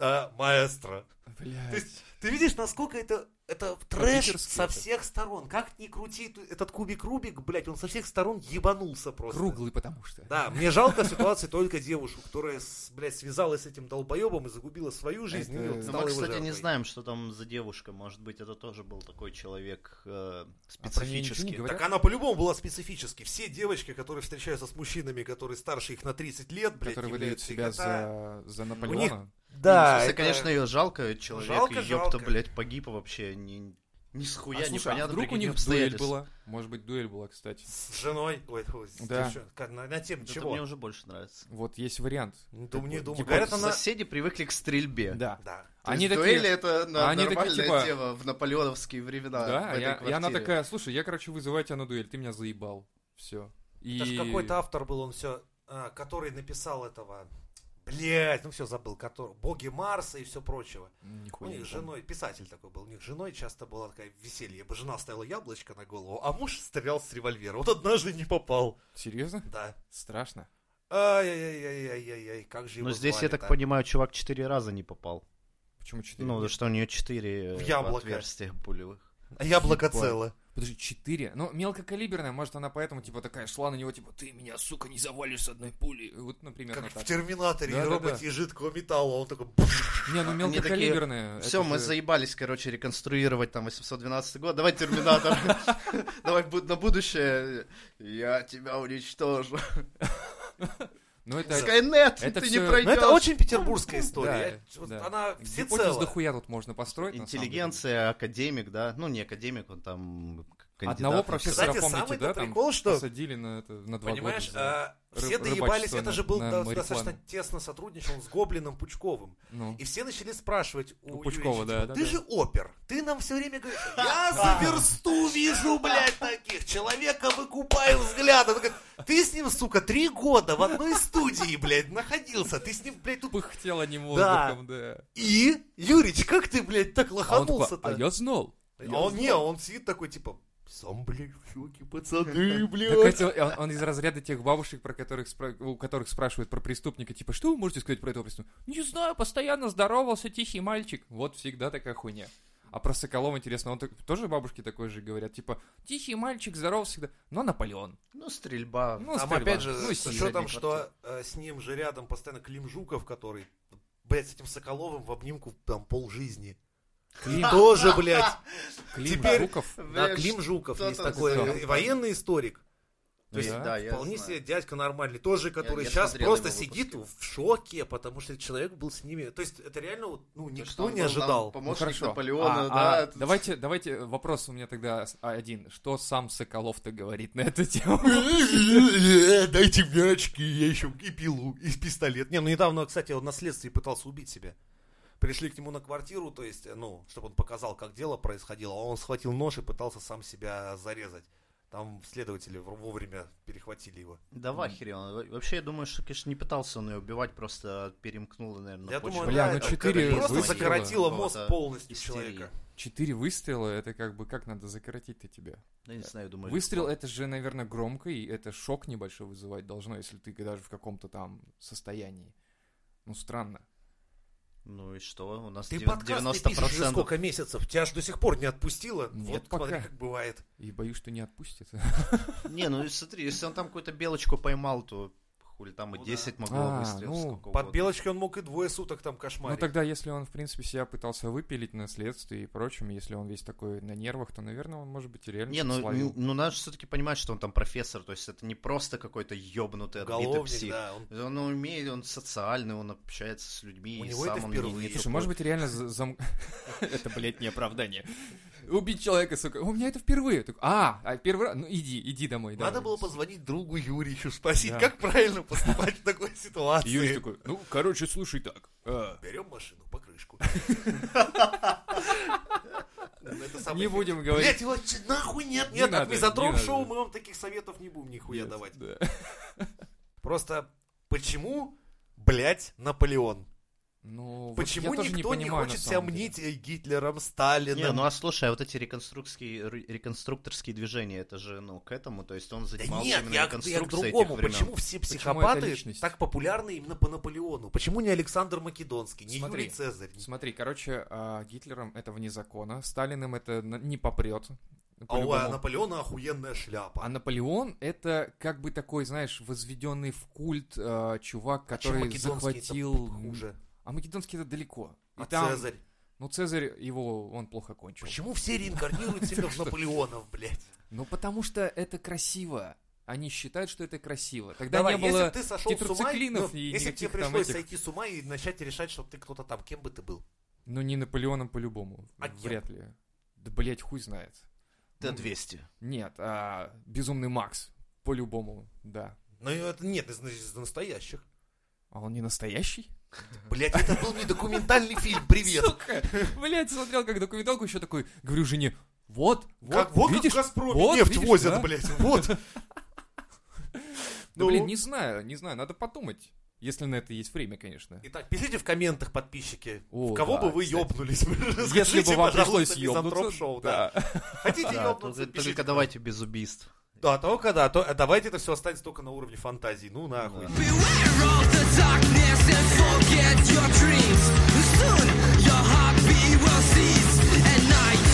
S1: э, маэстро. То
S2: Блядь.
S1: есть ты видишь, наскко это, это трэш
S2: Питерский
S1: со
S2: этот.
S1: всех сторон. Как ни крути, ты- этот кубик Рубик, блядь, он со всех сторон ебанулся просто.
S2: Круглый, потому что.
S1: Да, мне жалко ситуации только девушку, которая, с- блядь, связалась с этим долбоебом и загубила свою жизнь.
S2: Это-
S1: и вот
S2: Ну,
S1: стала
S4: мы,
S1: его
S4: кстати, не
S1: жертвой.
S4: знаем, что там за девушка. Может быть, это тоже был такой человек э,
S2: А про неё ничего не
S4: специфический.
S2: говорят?
S1: Так она по-любому была специфически. Все девочки, которые встречаются с мужчинами, которые старше их на 30 лет, блядь,
S2: который выдает
S1: являются их
S2: себя
S1: кота.
S2: за, за
S1: них-
S2: Наполеона.
S1: Да,
S4: Ну, в смысле,
S1: это-
S4: конечно, ее жалко, человек,
S1: Жалко, жалко.
S4: ёпта, блядь, погиб вообще ни, ни с хуя,
S2: А, слушай, а
S4: непонятно,
S2: вдруг у
S4: при каких
S2: них дуэль
S4: обстоятельствах.
S2: была? Может быть, дуэль была, кстати.
S1: С женой. Ой, ой, с
S2: Да.
S1: девчонкой. на, на тему
S4: Это
S1: чего?
S4: мне уже больше нравится.
S2: Вот есть вариант.
S1: Ну, дум- не думаю.
S2: Типа,
S1: Говорят, она...
S4: Соседи привыкли к стрельбе.
S2: Да.
S1: Да.
S4: То
S2: Они
S4: есть
S2: такие...
S4: дуэли это на-
S2: а они такие,
S4: нормальная
S2: типа-
S4: тема в наполеоновские времена. в
S2: Да,
S4: этой
S2: я- и она
S4: квартире.
S2: такая, слушай, я, короче, вызываю тебя на дуэль, ты меня заебал. Все. И...
S1: Это ж какой-то автор был, он все, который написал этого. Блять, ну все забыл, который, боги Марса и все прочего.
S2: Нихуя
S1: типа, у
S2: не
S1: них
S2: помню.
S1: женой, писатель такой был, у них женой часто была такая веселье, бы жена ставила яблочко на голову, а муж стрелял с револьвера. Вот однажды не попал.
S2: Серьезно?
S1: Да.
S2: Страшно.
S1: Ай-яй-яй-яй-яй-яй, как же его
S4: «Ну,
S3: Но здесь, я
S1: звали-то?
S3: так понимаю, чувак четыре раза не попал.
S2: Почему 4?
S3: Ну, что у нее четыре
S1: В
S3: э,
S1: яблоко.
S3: отверстия пулевых.
S1: А Яблоко
S2: Ебать.
S1: цело.
S2: Подожди, 4? Ну, мелкокалиберная, может, она поэтому, типа, такая шла на него, типа, ты меня, сука, не завалишь с одной пули. Вот, например,
S1: Как
S2: ну так.
S1: в Терминаторе,
S2: Да-да-да.
S1: роботе из жидкого металла, он такой...
S2: Не, ну
S4: Они такие,
S2: мелкокалиберная.
S4: Все,
S2: это
S4: мы
S2: же-
S4: заебались, короче, реконструировать там 812 год. Давай Терминатор. Давай бу- на будущее. Я тебя уничтожу.
S2: Ну, это...
S4: Скайнет,
S2: Это
S4: ты не
S2: всё- Ну,
S1: Но это
S4: пройдешь.
S1: очень петербургская история.
S2: Да,
S1: Я- вот
S2: да.
S1: Она
S2: Гипотез
S1: всецело.
S2: дохуя тут можно построить, на самом деле.
S4: Интеллигенция, академик, да. Ну, не академик, он там кандидат.
S2: Одного профессора,
S1: Кстати,
S2: помните,
S1: самый-то
S2: да, там
S1: прикол, что-
S2: посадили на, это, на два
S1: Понимаешь,
S2: года. за-
S1: а, все
S2: ры-
S1: доебались,
S2: рыбачество
S1: это
S2: на-
S1: же был
S2: на
S1: до-
S2: марихуану.
S1: достаточно тесно сотрудничал он с Гоблином Пучковым.
S2: Ну.
S1: И все начали спрашивать у,
S2: У Пучкова,
S1: Юрича,
S2: да,
S1: типа,
S2: да,
S1: Ты
S2: да.
S1: же опер, ты нам все время говоришь,
S2: *laughs*
S1: я за версту вижу, блядь, таких, человека выкупаю взглядом. Он говорит, Ты с ним, сука, три года в одной студии, блядь, находился, ты с ним, блядь, тут...
S2: Пыхтел одним воздухом, да.
S1: И, Юрич, как ты, блядь, так
S2: А он такой,
S1: лоханулся-то?
S2: а я знал.
S1: А он, не, он сидит такой, типа, сам, блядь, в
S2: *laughs*
S1: шоке, пацаны,
S2: Так
S1: блядь.
S2: это- он, он из разряда тех бабушек, про которых спра- у которых спрашивают про преступника, типа, что вы можете сказать про этого преступника? Не знаю, постоянно здоровался, тихий мальчик. Вот всегда такая хуйня. А про Соколова интересно, он так- тоже бабушки такой же говорят, типа, тихий мальчик, здоров всегда, но Наполеон.
S4: Ну, стрельба.
S2: Ну,
S1: Там
S2: стрельба.
S1: опять же,
S2: Ну, и
S1: с
S2: сидеть.
S1: учетом, что э, с ним же рядом постоянно Клим Жуков, который, блядь, с этим Соколовым в обнимку там полжизни. И
S2: Клим,
S1: тоже,
S2: *laughs*
S1: блядь,
S2: Клим
S1: теперь-
S2: Жуков.
S1: да,
S4: Блядь,
S1: Клим Жуков
S4: что
S1: есть
S4: там
S1: такой
S2: за-
S1: э, военный историк. То есть,
S2: Да.
S4: Да, я
S1: вполне
S4: знаю.
S1: себе дядька нормальный, тоже, который
S4: я
S1: сейчас
S4: смотрел
S1: просто
S4: его выпуски.
S1: сидит в шоке, потому что человек был с ними. То есть, это реально, вот, ну,
S4: То, что
S1: никто
S4: он
S1: не
S4: был нам
S1: ожидал.
S2: Ну,
S4: Помощник
S2: хорошо.
S4: Наполеона,
S2: А,
S4: да.
S2: а,
S4: это-
S2: давайте, давайте вопрос у меня тогда с- а, один. Что сам Соколов-то говорит на эту тему? *laughs*
S1: *laughs* Дайте мне очки, я еще и пилу, и пистолет. Не, ну недавно, кстати, он на следствии пытался убить себя. Пришли к нему на квартиру, то есть, ну, чтобы он показал, как дело происходило, а он схватил нож и пытался сам себя зарезать. Там следователи в- вовремя перехватили его.
S4: Да в ахере он. Во- Вообще, я думаю, что, конечно, не пытался он ее убивать, просто перемкнул, наверное,
S1: Я думаю,
S2: Бля,
S1: да,
S2: ну
S1: это
S2: четыре
S1: просто
S2: выстрела.
S1: закоротило мозг
S4: мост
S1: полностью
S4: истерии.
S1: человека.
S2: Четыре выстрела, это как бы, как надо закоротить-то тебя?
S4: Ну, Я не знаю, думаю.
S2: Выстрел
S4: легко.
S2: это же, наверное, громко, и это шок небольшой вызывать должно, если ты даже в каком-то там состоянии. Ну, странно.
S4: Ну и что? У нас
S1: Ты
S4: 90%.
S1: подкасты пишешь уже сколько месяцев, тебя же до сих пор не отпустило.
S2: Нет,
S1: вот смотри,
S2: пока.
S1: как бывает.
S2: И боюсь, что не отпустит.
S4: Не, ну и смотри, если он там какую-то белочку поймал, то хули там и
S1: Ну
S4: 10
S2: А,
S4: могло выстрелов.
S2: ну,
S4: сколько
S1: Под
S4: угодно.
S1: белочкой он мог и двое суток там
S2: Ну,
S1: кошмарить.
S2: тогда, если он, в принципе, себя пытался выпилить на следствии и прочем, если он весь такой на нервах, то, наверное, он, может быть, и реально
S4: Не, ну,
S2: словил.
S4: ну, ну надо все-таки понимать, что он там профессор, то есть это не просто какой-то ёбнутый отбитый
S1: Уголовник,
S4: псих.
S1: да, он
S4: Он ну, умеет, он социальный, он общается с людьми,
S1: У
S4: и
S1: него
S4: сам
S1: это
S4: он
S1: впервые.
S4: не- не
S2: Слушай,
S4: тупой.
S2: может быть, реально за- зам... *laughs* Это, блядь, не оправдание. Убить человека, сука. У меня это впервые. Так, А, а первый раз. Ну, иди, иди домой.
S1: Надо
S2: давай.
S1: было позвонить другу Юричу, спросить,
S2: Да.
S1: как правильно поступать в такой ситуации.
S2: Юрий такой, ну, короче, слушай так. а,
S1: Берем машину,
S2: *laughs*
S1: покрышку. Ну, Это самое-
S2: Не будем говорить.
S1: Блять, его ч- нахуй нет,
S2: Не
S1: нет, от
S2: надо,
S1: Мизотроп
S2: не надо.
S1: шоу мы вам таких советов не будем нихуя
S2: Нет,
S1: давать.
S2: да.
S1: Просто почему, блять, Наполеон?
S2: Ну, вот
S1: Почему
S2: я тоже не
S1: никто не,
S2: понимаю, на
S1: хочет себя
S2: самом деле.
S1: мнить э, Гитлером, Сталином?
S4: *laughs* Не, ну а слушай, а вот эти реконструкторские, ре- реконструкторские движения, это же, ну, к этому, то есть он
S1: Да
S4: занимался
S1: нет,
S4: именно
S1: я, к- я к
S4: реконструкцией
S1: другому.
S4: этих времен.
S1: Почему все
S2: Почему это
S1: психопаты
S2: личность?
S1: так популярны именно по Наполеону? Почему не Александр Македонский, не
S2: Смотри,
S1: Юрий Цезарь?
S2: Смотри, короче, а, Гитлером это вне закона, Сталиным это на- не попрет.
S1: А у а,
S2: по-любому.
S1: Наполеона охуенная шляпа.
S2: А Наполеон это как бы такой, знаешь, возведенный в культ а, чувак,
S1: А чем
S2: который
S1: Македонский-то
S2: захватил.
S1: хуже.
S2: А Македонский это далеко. И
S1: А
S2: там-
S1: Цезарь?
S2: Ну, Цезарь его он плохо кончил.
S1: Почему все реинкарнируют
S2: *laughs*
S1: себя в Наполеонов, блядь?
S2: Ну, потому что это красиво. Они считают, что это красиво. Тогда
S1: Давай,
S2: не было.
S1: если б ты сошел с ума,
S2: тетрациклинов
S1: ну,
S2: и
S1: если бы тебе
S2: никаких там
S1: пришлось
S2: этих-
S1: сойти с ума и начать решать, чтобы ты кто-то там, кем бы ты был?
S2: Ну, не Наполеоном по-любому.
S1: А кем?
S2: Вряд ли. Да, блять, хуй знает. Ну,
S4: Т-200.
S2: Нет, а, Безумный Макс. По-любому, да.
S1: Ну, это нет, из, из настоящих.
S2: А он не настоящий?
S1: Блядь, это был не документальный фильм, привет.
S2: Сука! Блять, смотрел как документалку, еще такой, говорю жене, вот, вот,
S1: Как- вот как
S2: видишь?
S1: в Газпроме
S2: вот,
S1: нефть
S2: видишь,
S1: возят,
S2: да? *laughs*
S1: блядь, вот.
S2: Да,
S1: Ну.
S2: блин, не знаю, не знаю, надо подумать. Если на это есть
S1: *laughs*
S2: время, конечно.
S1: Итак, пишите в комментах, подписчики,
S2: О,
S1: в кого
S2: да,
S1: бы вы
S2: кстати.
S1: ёбнулись. *laughs*
S2: Если бы
S1: Расскажите,
S2: вам
S1: пожалуйста,
S2: пришлось ёбнуться,
S1: Мизантроп-шоу, да. Хотите
S4: Да,
S1: ёбнуться,
S4: только,
S1: пишите.
S4: только давайте без убийств.
S1: Да, только да, то, а давайте это все останется только на уровне фантазии. Ну нахуй.
S5: Beware of the darkness and forget your dreams. Soon your heartbeat will cease, and night